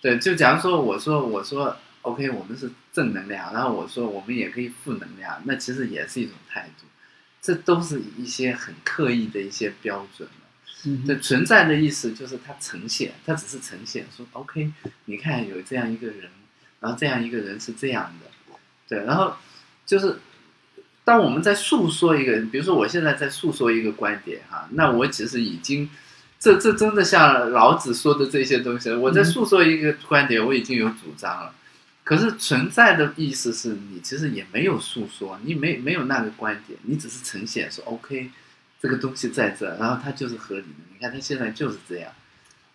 对，就假如说我说我说 OK，我们是正能量，然后我说我们也可以负能量，那其实也是一种态度，这都是一些很刻意的一些标准了。嗯，对，存在的意思就是它呈现，它只是呈现，说 OK，你看有这样一个人，然后这样一个人是这样的，对，然后就是当我们在诉说一个，比如说我现在在诉说一个观点哈，那我其实已经，这这真的像老子说的这些东西，我在嗯诉说一个观点，我已经有主张了。可是存在的意思是你其实也没有诉说，你没没有那个观点，你只是呈现说 OK，这个东西在这儿，然后它就是合理的。你看它现在就是这样，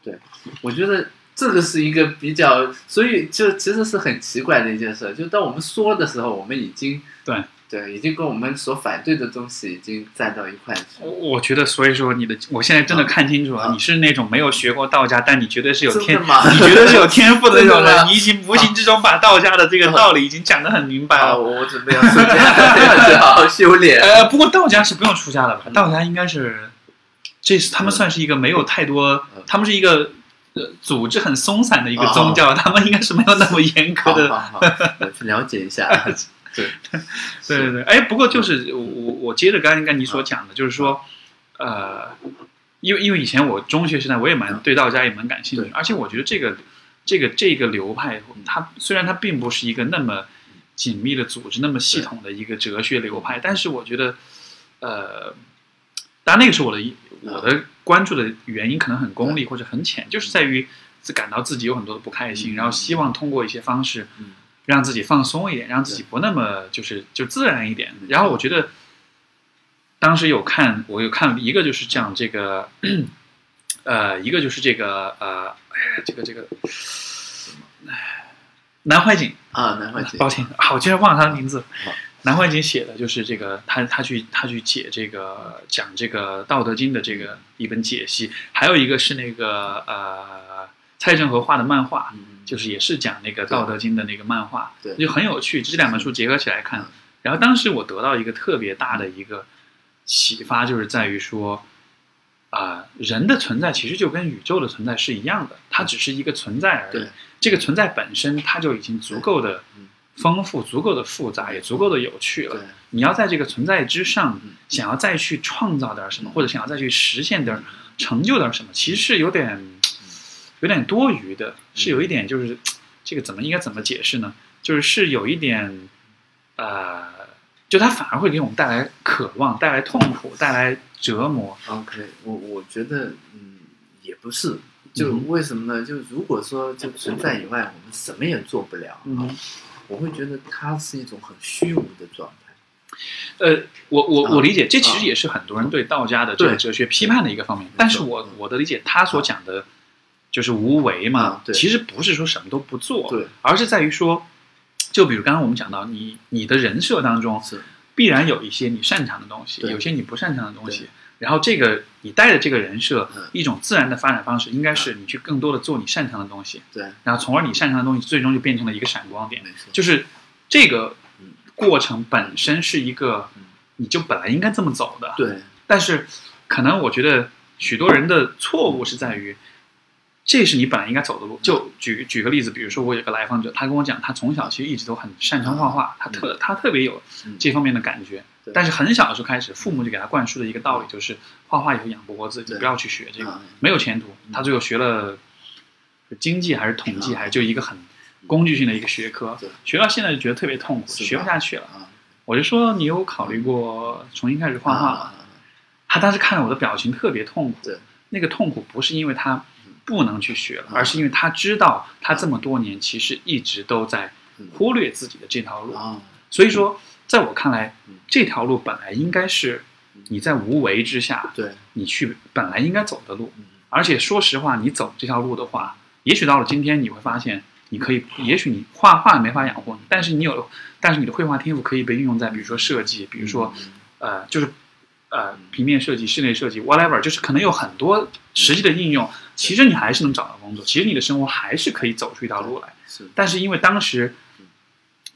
对，我觉得这个是一个比较，所以就其实是很奇怪的一件事。就当我们说的时候，我们已经对对，已经跟我们所反对的东西已经站到一块去我了。我觉得，所以说你的，我现在真的看清楚了，啊你是那种没有学过道家，但你绝对是有天真的吗，你绝对是有天赋的那种真的人，吗你已经无形之中把道家的这个道理已经讲得很明白 啊，了。我我准备要睡觉， 要好好修炼。呃，不过道家是不用出家的吧？嗯道家应该是，这是他们嗯算是一个没有太多嗯，他们是一个呃组织很松散的一个哦宗教，他们应该是没有那么严格好的。好好，我去了解一下。 对对对对，哎，不过嗯就是我我我接着刚刚跟你所讲的，就是说，呃，因为因为以前我中学时代我也蛮嗯对道家也蛮感兴趣对，而且我觉得这个这个这个流派嗯，它虽然它并不是一个那么紧密的组织、那么系统的一个哲学流派，但是我觉得，呃，当然那个是我的一嗯我的关注的原因可能很功利或者很浅，就是在于自感到自己有很多的不开心，嗯然后希望通过一些方式。嗯让自己放松一点，让自己不那么就是就自然一点嗯。然后我觉得，当时有看，我有看一个就是讲这个， 呃，一个就是这个呃，哎呀这个这个，南怀瑾，啊，南怀瑾抱歉啊，我竟然忘了他的名字好。南怀瑾写的就是这个，他他去他去解这个讲这个《道德经》的这嗯个一本解析，还有一个是那个呃蔡振和画的漫画，嗯就是也是讲那个《对道德经》的那个漫画，对就很有趣。这两本书结合起来看嗯，然后当时我得到一个特别大的一个启发，就是在于说，啊、人的存在其实就跟宇宙的存在是一样的，它只是一个存在而已对。这个存在本身，它就已经足够的嗯丰富、足够的复杂，也足够的有趣了对。你要在这个存在之上嗯，想要再去创造点什么，嗯或者想要再去实现点、成就点什么，其实是有点嗯有点多余的，是有一点就是这个怎么应该怎么解释呢？就是是有一点呃，就它反而会给我们带来渴望、带来痛苦、带来折磨。 OK，我我觉得嗯也不是，嗯就哼为什么呢？就如果说就存在以外，我们什么也做不了，啊嗯，我会觉得它是一种很虚无的状态。呃，我我啊我理解，这其实啊也是很多人对道家的这个对哲学批判的一个方面。但是我嗯我的理解，他所讲的就是无为嘛啊，对其实不是说什么都不做，对，而是在于说，就比如刚刚我们讲到，你你的人设当中是必然有一些你擅长的东西，对有些你不擅长的东西对。然后这个你带着这个人设嗯，一种自然的发展方式，应该是你去更多的做你擅长的东西，对，然后从而你擅长的东西最终就变成了一个闪光点。没错，就是这个嗯过程本身是一个嗯，你就本来应该这么走的。对但是可能我觉得许多人的错误是在于，这是你本来应该走的嗯路。就举举个例子，比如说我有个来访者，他跟我讲，他从小其实一直都很擅长画画，他特他特别有嗯这方面的感觉。对但是很小的时候开始，父母就给他灌输的一个道理就是，画画以后养不活自己，对不要去学这个嗯，没有前途。他最后学了经济还是统计，还是就一个很工具性的一个学科嗯对，学到现在就觉得特别痛苦，是吧学不下去了。啊，我就说你有考虑过重新开始画画吗？啊他当时看了我的表情特别痛苦，对，那个痛苦不是因为他不能去学了，嗯而是因为他知道他这么多年其实一直都在嗯忽略自己的这条路，啊，所以说在我看来嗯，这条路本来应该是嗯你在无为之下，对，你去本来应该走的路。嗯而且说实话，你走这条路的话，也许到了今天，你会发现，你可以，也许你画画没法养活你，但是你有，但是你的绘画天赋可以被运用在，比如说设计，比如说，嗯呃，就是呃，平面设计、室内设计，whatever，就是可能有很多实际的应用。其实你还是能找到工作，其实你的生活还是可以走出一条路来。是但是因为当时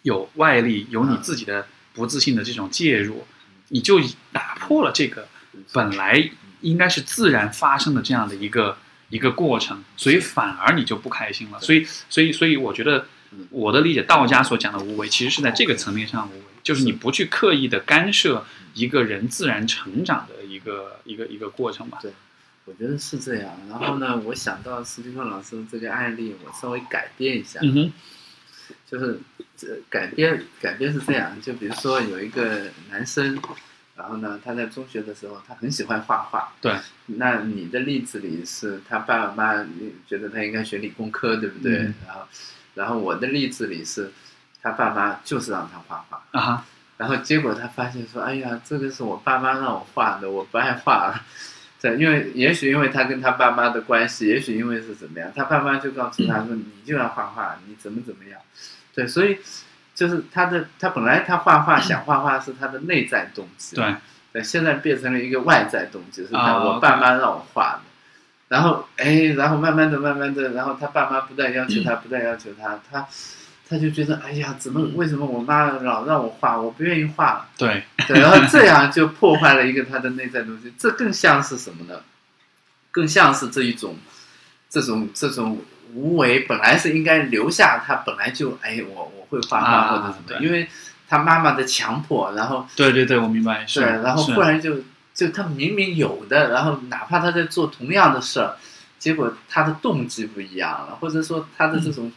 有外力，有你自己的不自信的这种介入，你就打破了这个本来应该是自然发生的这样的一个一个过程，所以反而你就不开心了。所以，所以，所以，我觉得嗯我的理解，道家所讲的无为，其实是在这个层面上无为，就是你不去刻意的干涉一个人自然成长的一个一个一个过程吧。我觉得是这样。然后呢，我想到斯蒂芬老师这个案例，我稍微改变一下，嗯哼，就是这改编改编是这样，就比如说有一个男生，然后呢，他在中学的时候，他很喜欢画画。对。那你的例子里是他爸爸妈妈觉得他应该学理工科，对不对？嗯然后，然后我的例子里是，他爸妈就是让他画画，啊哈，然后结果他发现说，哎呀，这个是我爸妈让我画的，我不爱画了。对，因为也许因为他跟他爸妈的关系，也许因为是怎么样，他爸妈就告诉他说，你就要画画，你怎么怎么样。对，所以就是他的，他本来他画画想画画是他的内在动机，对，对，现在变成了一个外在动机，是他啊我爸妈让我画的。然后哎，然后慢慢的、慢慢的，然后他爸妈不断要求嗯他，不断要求他，他他就觉得哎呀，怎么为什么我妈老让我画，我不愿意画？对，对，然后这样就破坏了一个他的内在东西。这更像是什么呢？更像是这一种，这种这种无为，本来是应该留下他，本来就哎，我我会画画啊或者什么，对因为他妈妈的强迫，然后对对对，我明白，是，对，然后嗯是忽然就就他明明有的，然后哪怕他在做同样的事儿，结果他的动机不一样了，或者说他的这嗯种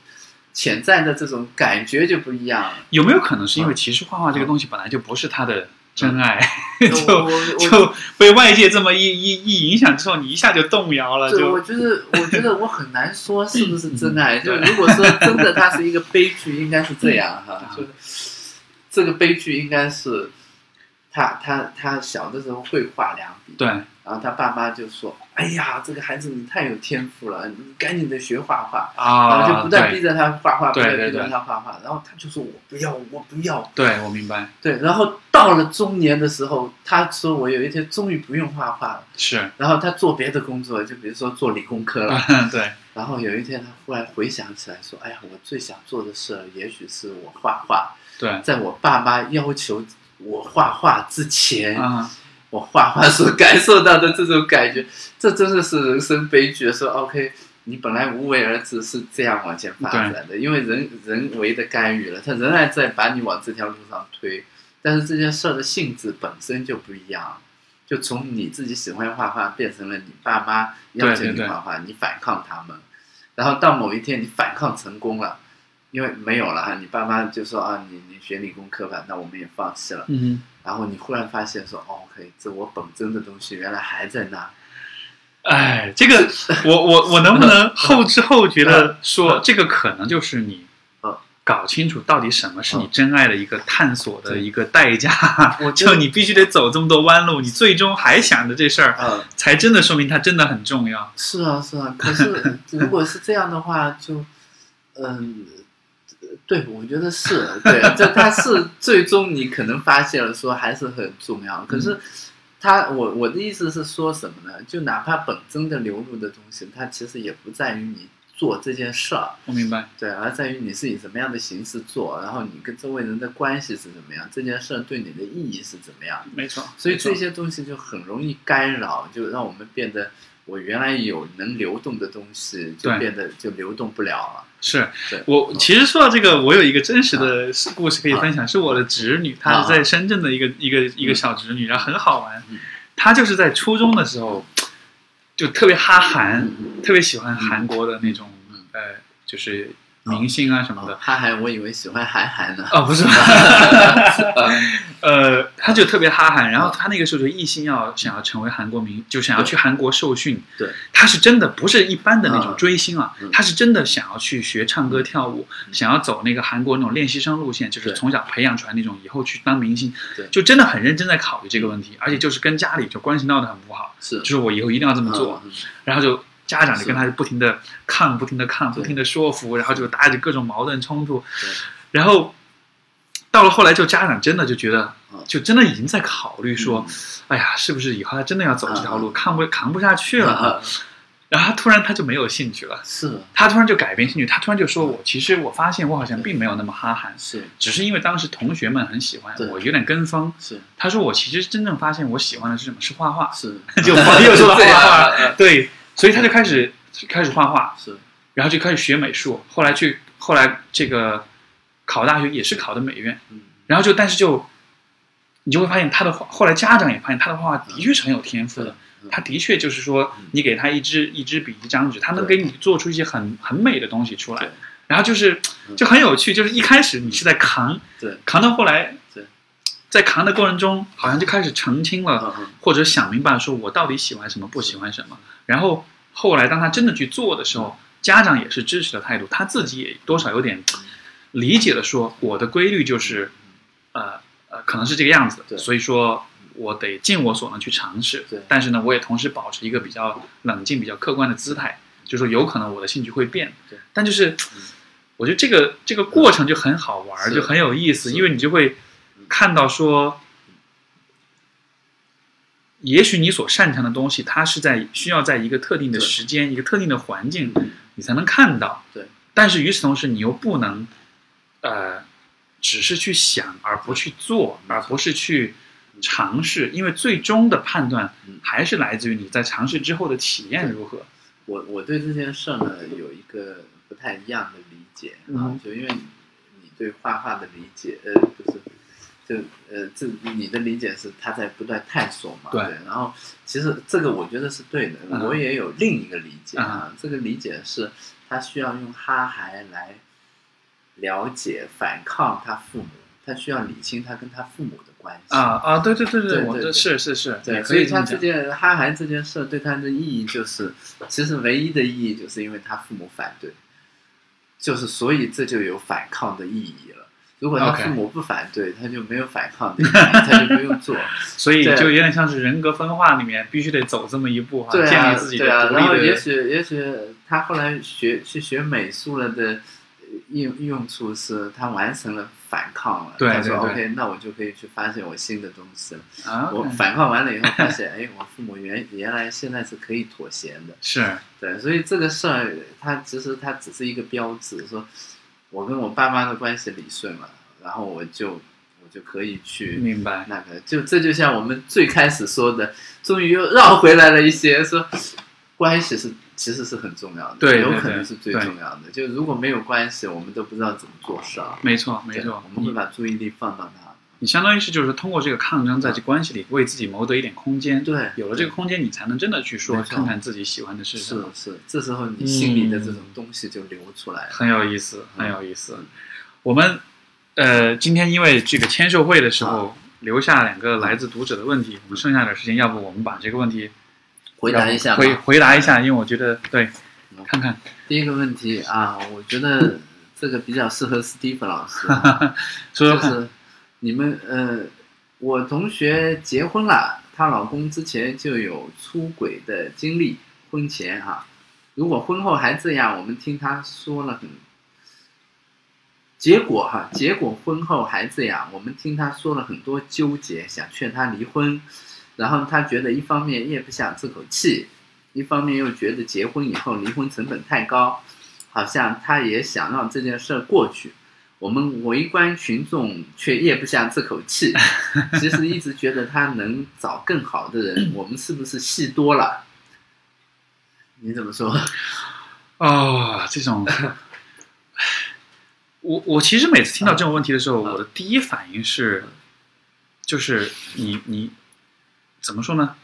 潜在的这种感觉就不 一样了。有没有可能是因为嗯其实画画这个东西本来就不是他的真爱，我就我我 就被外界这么一一一影响之后，你一下就动摇了，对，我就觉得，我觉得我很难说是不是真爱。就嗯对如果说真的，它是一个悲剧，应该是这样哈，嗯就是这个悲剧应该是他他他小的时候会画两笔，对然后他爸妈就说：“哎呀，这个孩子你太有天赋了，你赶紧的学画画。”然后就啊，不断逼对着他画画，不对断对逼着对他画画，然后他就说：“我不要，我不要。对，我明白，”对，然后到了中年的时候，他说：“我有一天终于不用画画了。”是，然后他做别的工作，就比如说做理工科啊了。 对，然后有一天，他忽然回想起来，说：“哎呀，我最想做的事儿，也许是我画画。对，在我爸妈要求我画画之前，啊，我画画所感受到的这种感觉，这真的是人生悲剧。说 OK，你本来无为而治是这样往前发展的，因为人人为的干预了，他仍然在把你往这条路上推。但是这件事儿的性质本身就不一样，就从你自己喜欢画画变成了你爸妈要求对对你对画画，你反抗他们，然后到某一天你反抗成功了，因为没有了哈，你爸妈就说啊，你你学理工科吧，那我们也放弃了。嗯，然后你忽然发现说，哦，可以，这我本真的东西原来还在那。哎，这 个我我我能不能后知后觉的说，嗯这个可能就是你嗯。搞清楚到底什么是你真爱的一个探索的对一个代价，我 就觉得你必须得走这么多弯路，你最终还想着这事儿，嗯，才真的说明它真的很重要。是啊，是啊。可是如果是这样的话，就，嗯，对，我觉得是对，这它是最终你可能发现了说还是很重要。可是它，我我的意思是说什么呢？就哪怕本真的流露的东西，它其实也不在于你做这件事儿，我明白，对，而在于你是以什么样的形式做，然后你跟周围人的关系是怎么样，这件事儿对你的意义是怎么样。没错。所以没错这些东西就很容易干扰，就让我们变得我原来有能流动的东西，就对变得就流动不了了。是对嗯啊我其实说到这个，我有一个真实的故事可以分享，是我的侄女，她是在深圳的一个一个一个小侄女，然后很好玩嗯。她就是在初中的时候，就特别哈韩，嗯特别喜欢韩国的那种嗯呃，就是明星啊什么的。哈韩，我以为喜欢韩 寒呢。哦， 不是，呃，他就特别哈韩，然后他那个时候就一心要想要成为韩国明，就想要去韩国受训。对，他是真的不是一般的那种嗯追星啊，嗯他是真的想要去学唱歌跳舞，想要走那个韩国那种练习生路线，就是对从小培养出来那种以后去当明星。对就真的很认真在考虑这个问题，而且就是跟家里就关系闹得很不好，是就是我以后一定要这么做。嗯然后就家长就是跟他不停的抗，不停的抗，对不停的说服，然后就搭着各种矛盾冲突对，然后到了后来，就家长真的就觉得嗯，就真的已经在考虑嗯说，哎呀，是不是以后他真的要走这条路，抗不扛不下去嗯了啊啊？然后他突然他就没有兴趣了， 是他突然就改变兴趣，他突然就说我其实我发现我好像并没有那么哈韩。是只是因为当时同学们很喜欢对我，有点跟风。是他说我其实真正发现我喜欢的是什么？是画画。是 就朋友说的对画啊画，对，所以他就开始开始画画，是啊然后就开始学美术，后来去后来这个考大学也是考的美院，嗯然后就但是就你就会发现他的画，后来家长也发现他的画画的确是很有天赋的嗯，他的确就是说嗯你给他一支一支笔一张纸，他能对给你做出一些很很美的东西出来对，然后就是嗯就很有趣，就是一开始你是在扛对扛到后来对，在扛的过程中好像就开始澄清了。嗯嗯或者想明白说我到底喜欢什么，不喜欢什么。然后后来当他真的去做的时候，家长也是支持的态度，他自己也多少有点嗯理解了，说我的规律就是，呃呃，可能是这个样子嗯对，所以说我得尽我所能去尝试对。但是呢，我也同时保持一个比较冷静、比较客观的姿态，就是说有可能我的兴趣会变对，但就是我觉得这个这个过程就很好玩儿，嗯是就很有意思，是因为你就会嗯看到说，也许你所擅长的东西，它是在需要在一个特定的对嗯时间、一个特定的环境，你才能看到。对，但是与此同时，你又不能，呃，只是去想而不去做，没错而不是去尝试，因为最终的判断嗯还是来自于你在尝试之后的体验对如何。我我对这件事儿呢有一个不太一样的理解啊，嗯就因为你你对画画的理解，呃，不是，就呃，这你的理解是他在不断探索嘛，对然后其实这个我觉得是对的，嗯我也有另一个理解啊，这个理解是他需要用哈韩来了解反抗他父母，他需要理清他跟他父母的关系啊。啊，对对对对我对这对是是是，也对，可所以以这他么这讲。件哈韩这件事对他的意义就是，其实唯一的意义就是因为他父母反对，就是所以这就有反抗的意义了。如果他 OK 父母不反对，他就没有反抗的意义，他就不用做。所以对就有点像是人格分化里面必须得走这么一步对建啊，立自己对啊的。独然后立也的。许也许他后来学去学美术了的呃应用处是，他完成了反抗了。对他说对 OK，那我就可以去发现我新的东西了。啊，我反抗完了以后，发现哎，我父母原原来现在是可以妥协的。是对，所以这个事儿，它其实它只是一个标志，说我跟我爸妈的关系理顺了，然后我就我就可以去明白。那个，就这就像我们最开始说的，终于又绕回来了一些，说关系是其实是很重要的，对有对可对能是最对重要的。就如果没有关系，我们都不知道怎么做事儿，没错，没对错我，们会你把注意力放到那儿。你相当于是就是通过这个抗争，在这关系里为自己谋得一点空间。对有了这个空间，你才能真的去说没错看看自己喜欢的是什是么，是，这时候你心里的这种东西就流出来了。很有意思，很有意思嗯。我们呃，今天因为这个签售会的时候啊留下两个来自读者的问题，我们剩下点时间，要不我们把这个问题回答一下吧嗯回回答一下，因为我觉得对嗯，看看第一个问题啊，我觉得这个比较适合史蒂夫老师啊，说说就看，是你们呃，我同学结婚了，她老公之前就有出轨的经历，婚前哈、如果婚后还这样，我们听她说了很，结果哈、结果婚后还这样，我们听她说了很多纠结，想劝她离婚，然后她觉得一方面咽不下这口气，一方面又觉得结婚以后离婚成本太高，好像她也想让这件事儿过去。我们围观群众却咽不下这口 气，其实一直觉得他能找更好 的人，我们是不是戏多了？你怎 么说？哦，这 种，我我其实每次听到这种问题的时候，嗯我的第一反应是，就是你你怎么说呢？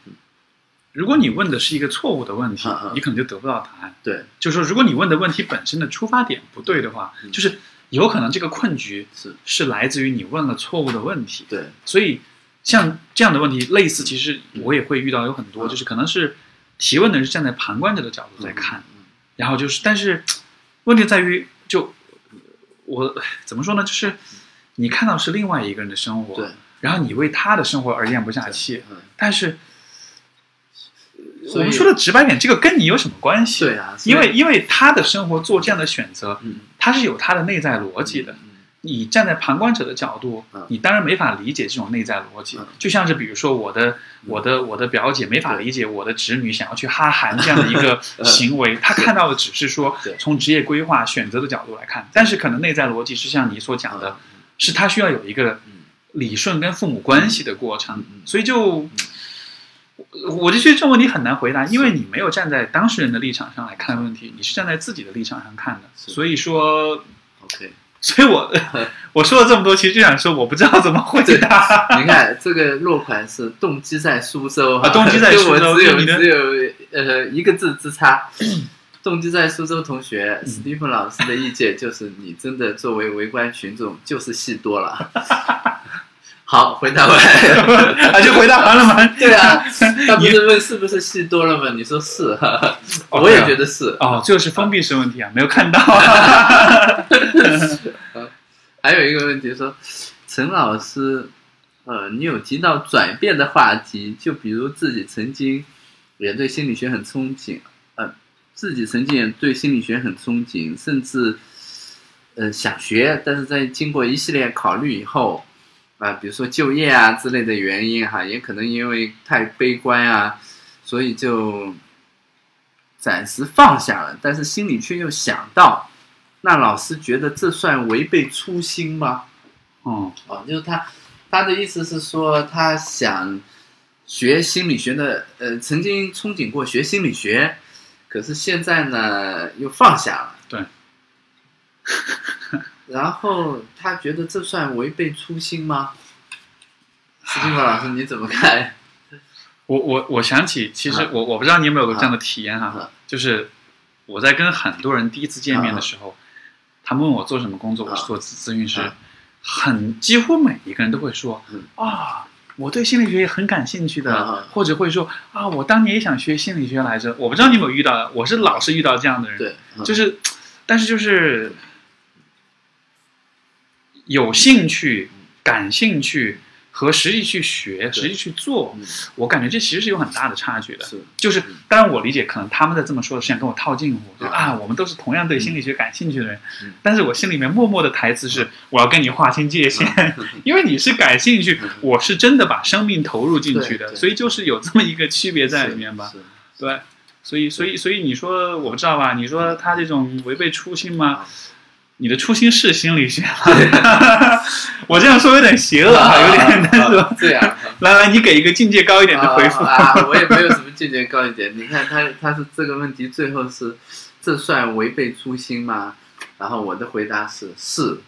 如果你问的是一个错误的问题嗯嗯，你可能就得不到答案。对，就是说，如果你问的问题本身的出发点不对的话嗯，就是有可能这个困局是，是来自于你问了错误的问题。对，所以像这样的问题，类似其实我也会遇到有很多，嗯就是可能是提问的人是站在旁观者的角度在看，嗯，然后就是，但是问题在于，就我怎么说呢？就是你看到是另外一个人的生活，对，然后你为他的生活而咽不下气，嗯，但是我所以们说的直白点，这个跟你有什么关系？对啊，所以因为因为他的生活做这样的选择，嗯，他是有他的内在逻我辑的。，你站在旁观者的角度嗯，你当然没法理解这种内在逻辑嗯。就像是比如说我的我的我的表姐没法理解我的侄女想要去哈 韩这样的一个嗯行为，她看到的只是说对从职业规划选择的角度来看，但是可能内在逻辑是像你所讲的，是她需要有一个嗯，理顺跟父母关系的过程嗯嗯，所以就。我我就觉得这种问题很难回答，因为你没有站在当事人的立场上来看问题，你是站在自己的立场上看的。是所以说， ，OK，所以 我我说了这么多，其实就想说我不知道怎么回答。 你看这个落款是动机在苏州啊动机 在苏州跟我只有跟你的只有呃一个字之差。动机在苏州同学，嗯史蒂芬老师的意见就是，你真的作为围观群众，就是戏多了。 好，回答完。 啊，就回答完了吗？对啊，他不是问是不是戏多了吗？你说是，啊我也觉得是。哦，最后是封闭式问题啊，没有 看到。还有一个问题说，陈老师，呃，你有提到转变的话题，就比如自己曾经也对心理学很憧憬，呃，自己曾经也对心理学很憧憬，甚至呃想学，但是在经过一系列考虑以后，啊、比如说就业啊之类的原因哈，也可能因为太悲观啊，所以就暂时放下了，但是心里却又想到。那老师觉得这算违背初心吗？哦，哦，就是他他的意思是说，他想学心理学的，呃，曾经憧憬过学心理学，可是现在呢又放下了。对。然后他觉得这算违背初心吗？史蒂夫老师，你怎么看？我我我想起，其实啊我我不知道你有没有过这样的体验哈啊，就是我在跟很多人第一次见面的嗯时候，他们问我做什么工作，啊我是做咨咨询师啊，很几乎每一个人都会说嗯啊。我对心理学也很感兴趣啊的，或者会说啊，我当年也想学心理学来着。我不知道你有没有遇到，我是老是遇到这样的人。对，嗯就是，但是就是有兴趣、感兴趣和实际去学、实际去做，嗯我感觉这其实是有很大的差距的。是就是嗯，当然我理解，可能他们在这么说的是想跟我套近乎，就是啊啊，我们都是同样对心理学感兴趣的人嗯，但是我心里面默默的台词是，我要跟你划清界限， 因为你是感兴趣嗯，我是真的把生命投入进去对的，对所以就是有这么一个区别在里面吧。是是对，所以所以所以你说我不知道吧？你说他这种违背初心吗啊？你的初心是心理学吗？ 我这样说有点邪恶啊，有点，但是吧啊对啊。来来，你给一个境界高一点的回复。啊啊！我也没有什么境界高一点。你看他，他是这个问题最后是，这算违背初心吗？然后我的回答是是，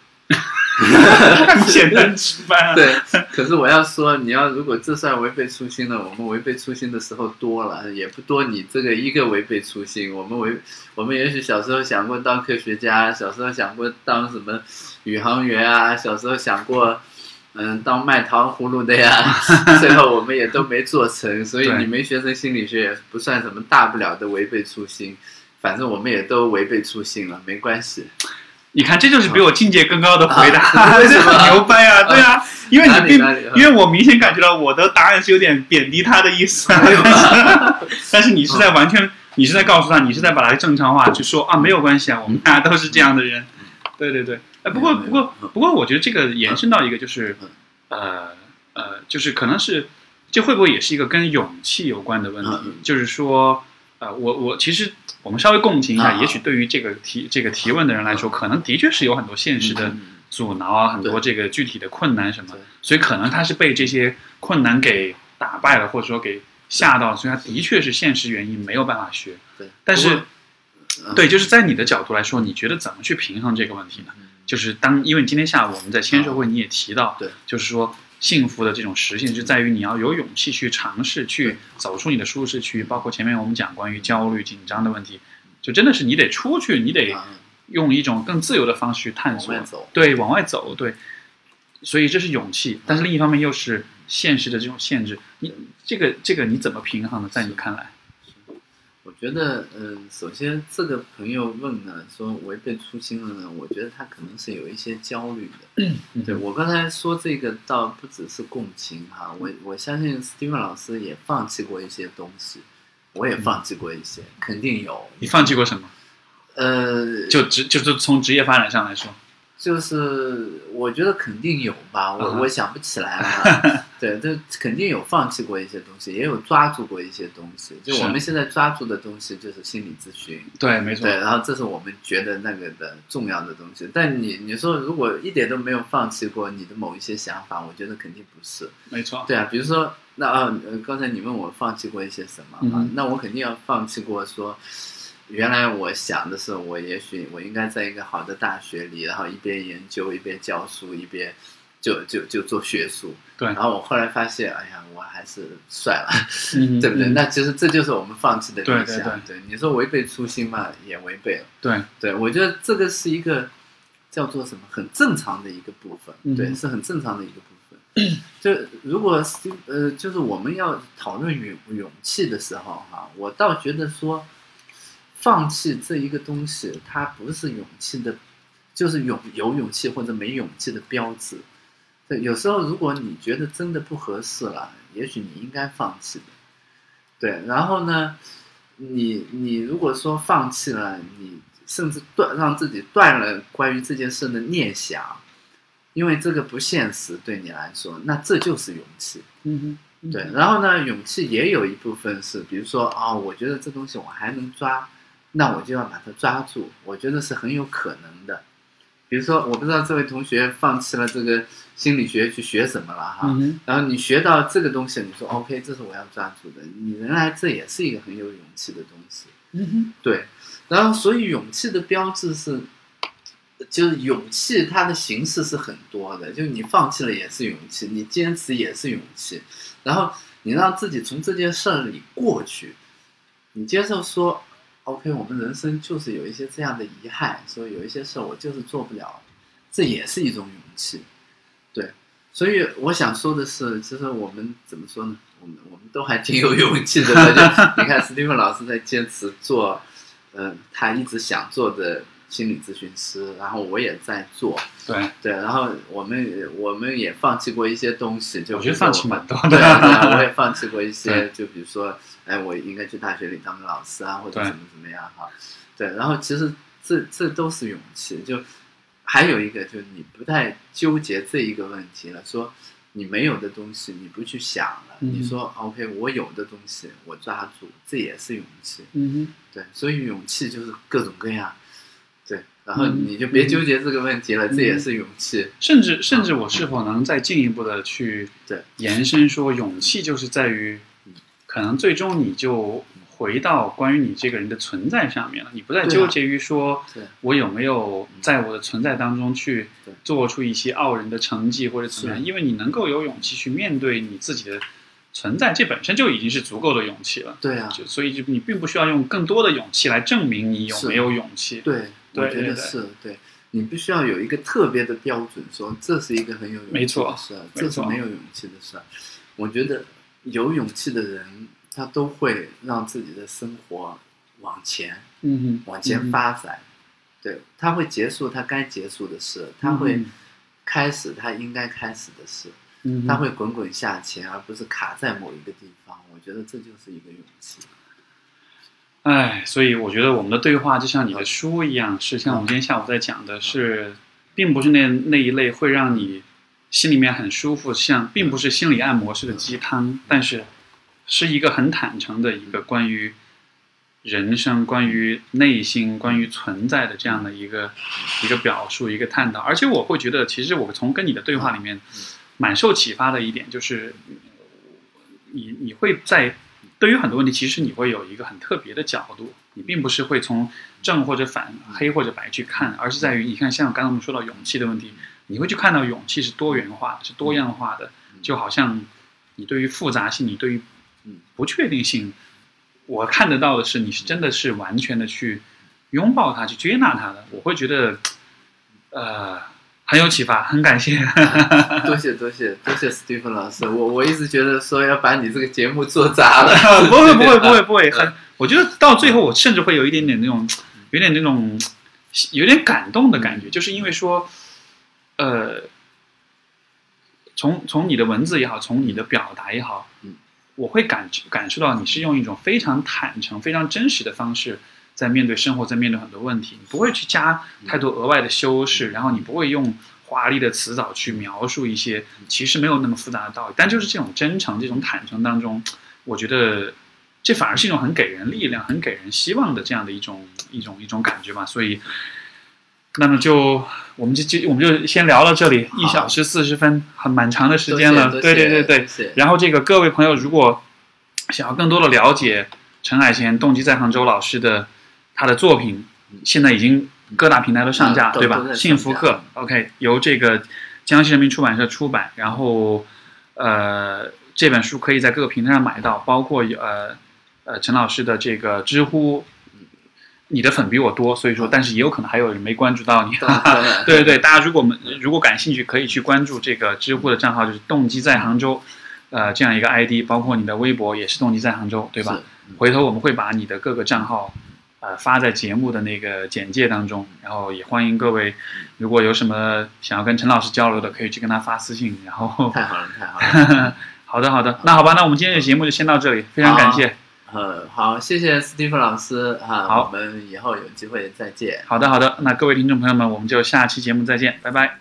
简单直白 啊。对。可是我要说，你要如果这算违背初心呢，我们违背初心的时候多了，也不多。你这个一个违背初心，我们违，我们也许小时候想过当科学家，小时候想过当什么宇航员啊，小时候想过。嗯，当卖糖葫芦的呀， 最后我们也都没做成，所以对你没学成心理学也不算什么大不了的违背初心，反正我们也都违背初心了，没关系。你看，这就是比我境界更高的回答， 啊为什这么很牛掰啊！对啊，因为哪你里并哪里啊因为我明显感觉到我的答案是有点贬低他的意思，啊哎但 是但是你是在完嗯全，你是在告诉他，你是在把它正常化，就说啊，没有关系啊，我们大家都是这样的人。嗯 对对对，哎，不过没不有过没有不过，我觉得这个延伸到一个就是嗯，呃呃，就是可能是这会不会也是一个跟勇气有关的问嗯题？就是说，呃，我我其实我们稍微共情一下，啊也许对于这个提这个提问的人来说，可能的确是有很多现实的嗯阻挠啊，很多对这个具体的困难什么对，所以可能他是被这些困难给打败了，或者说给吓到了，所以他的确是现实原因没有办法学。对，但是不过，嗯对，就是在你的角度来说，你觉得怎么去平衡这个问题呢？嗯就是当因为今天下午我们在签售会你也提到，啊对，就是说幸福的这种实现，就在于你要有勇气去尝试，去走出你的舒适区。包括前面我们讲关于焦虑、紧张的问题，就真的是你得出去，你得啊用一种更自由的方式去探索往外走，对，往外走，对。所以这是勇气，但是另一方面又是现实的这种限制。你这个这个你怎么平衡呢？在你看来，我觉得，嗯、首先这个朋友问呢，说违背初心了呢，我觉得他可能是有一些焦虑的。对我刚才说这个，倒不只是共情哈，我我相信 Steven 老师也放弃过一些东西，我也放弃过一些，肯定有。你放弃过什么？呃，就职就是从职业发展上来说，就是我觉得肯定有吧，我、啊我想不起来了。对，这肯定有放弃过一些东西，也有抓住过一些东西。就是我们现在抓住的东西就是心理咨询，对，没错对，，然后这是我们觉得那个的重要的东西。但你你说如果一点都没有放弃过你的某一些想法，我觉得肯定不是。没错，对啊，比如说那啊、呃，刚才你问我放弃过一些什么嗯啊，哼那我肯定要放弃过说。原来我想的是，我也许我应该在一个好的大学里，然后一边研究一边教书，一边就就就做学术。对然后我后来发现，哎呀，我还是算 了。嗯对不对？嗯那其实这就是我们放弃的理想。对对你说违背初心嘛，也违背了。对，对，我觉得这个是一个叫做什么很正常的一个部分，嗯对，是很正常的一个部分。就如果是呃，就是我们要讨论勇勇气的时候哈、我倒觉得说，放弃这一个东西，它不是勇气的，就是勇有勇气或者没勇气的标志。对，有时候如果你觉得真的不合适了，也许你应该放弃的。对，然后呢，你你如果说放弃了，你甚至断让自己断了关于这件事的念想，因为这个不现实对你来说，那这就是勇气。嗯哼对，，然后呢，勇气也有一部分是，比如说啊、我觉得这东西我还能抓，那我就要把它抓住，我觉得是很有可能的。比如说，我不知道这位同学放弃了这个心理学去学什么了哈，嗯哼，然后你学到这个东西，你说 OK，这是我要抓住的。你原来这也是一个很有勇气的东西，嗯哼，对。然后，所以勇气的标志是，就是勇气它的形式是很多的，就是你放弃了也是勇气，你坚持也是勇气，然后你让自己从这件事儿里过去，你接受说 OK，我们人生就是有一些这样的遗憾，说有一些事儿我就是做不了，这也是一种勇气。所以我想说的是，其实我们怎么说呢？我们我们都还 挺有勇气的。就你看，史蒂芬老师在坚持做，嗯、他一直想做的心理咨询师，然后我也在做，对，对，然后我们我们也放弃过一些东西，就我比觉得如说放我弃们 蛮多 对啊，对啊，我的，也放弃过一些，就比如说，哎，我应该去大学里当个老师啊，或者对怎么怎么样哈。对，然后其实这这都是勇气。就还有一个，就是你不太纠结这一个问题了，说你没有的东西你不去想了，嗯你说哦 OK，我有的东西我抓住，这也是勇气。嗯对，所以勇气就是各种各样。对，然后嗯你就别纠结这个问题了，这也是勇气哼。，甚至甚至我是否能再进一步的去啊对嗯延伸说，勇气就是在于，可能最终你就回到关于你这个人的存在上面了，你不再对啊纠结于说。对。我有没有在我的存在当中去对做出一些傲人的成绩或者怎么样？是因为你能够有勇气去面对你自己的存在，这本身就已经是足够的勇气了。对啊，就所以就你并不需要用更多的勇气来证明你有没有勇气。对，我对觉对得对是对。你必须要有一个特别的标准，说这是一个很有勇没气错的事儿，没这是错没有勇气的事儿。我觉得有勇气的人，他都会让自己的生活往前嗯哼，往前发展。对，他会结束他该结束的事，他会嗯开始他应该开始的事，嗯哼，他会滚滚向前，而不是卡在某一个地方。我觉得这就是一个勇气。哎，所以我觉得我们的对话就像你的书一样，是像我们今天下午在讲嗯的是，并不是那那一类会让你心里面很舒服，像并不是心理按摩式的鸡汤，但是是一个很坦诚的一个关于人生、关于内心、关于存在的这样的一个一个表述、一个探讨。而且我会觉得，其实我从跟你的对话里面蛮受启发的一点就是，你你会在对于很多问题，其实你会有一个很特别的角度，你并不是会从正或者反、黑或者白去看，而是在于你看，像刚才我们说到勇气的问题，你会去看到勇气是多元化的、是多样化的，就好像你对于复杂性，你对于嗯不确定性，我看得到的是你是真的是完全的去拥抱它，去接纳它的。我会觉得，呃，很有启发，很感谢。，多谢多谢多谢 Stephen 老师，我我一直觉得说要把你这个节目做砸了 啊不会不会不会不会，嗯很，我觉得到最后我甚至会有一点点那种，有点那种，有点感动的感觉，就是因为说，呃，从从你的文字也好，从你的表达也好嗯，我会感感受到你是用一种非常坦诚、非常真实的方式。在面对生活，在面对很多问题，你不会去加嗯太多额外的修饰，然后你不会用华丽的词藻去描述一些嗯其实没有那么复杂的道理，但就是这种真诚、这种坦诚当中，我觉得这反而是一种很给人力量、很给人希望的这样的一种一种一种感觉吧。所以，那么就我们就就我们就先聊到这里，一小时四十分，很蛮长的时间了。多谢对对对对，，多谢然后这个各位朋友，如果想要更多的了解陈海贤《动机在杭州》老师的他的作品，现在已经各大平台都上架，嗯都对吧都在？上架幸福课，OK，由这个江西人民出版社出版，然后呃，这本书可以在各个平台上买到，包括呃呃陈老师的这个知乎。你的粉比我多，所以嗯说，但是也有可能还有人没关注到 你，当然当然对对对，大家如果我们如果感兴趣，可以去关注这个知乎的账号，就是“动机在杭州”，呃，这样一个 ID，包括你的微博也是“嗯动机在杭州”，对吧？？回头我们会把你的各个账号，呃，发在节目的那个简介当中，然后也欢迎各位，如果有什么想要跟陈老师交流的，可以去跟他发私信。然后是， 太好了太好了，好的好的，那好吧，那我们今天的节目就先到这里，非常感谢。呃，好，谢谢 Stephen 老师啊，好我们以后有机会再见。好的好的，那各位听众朋友们，我们就下期节目再见，拜拜。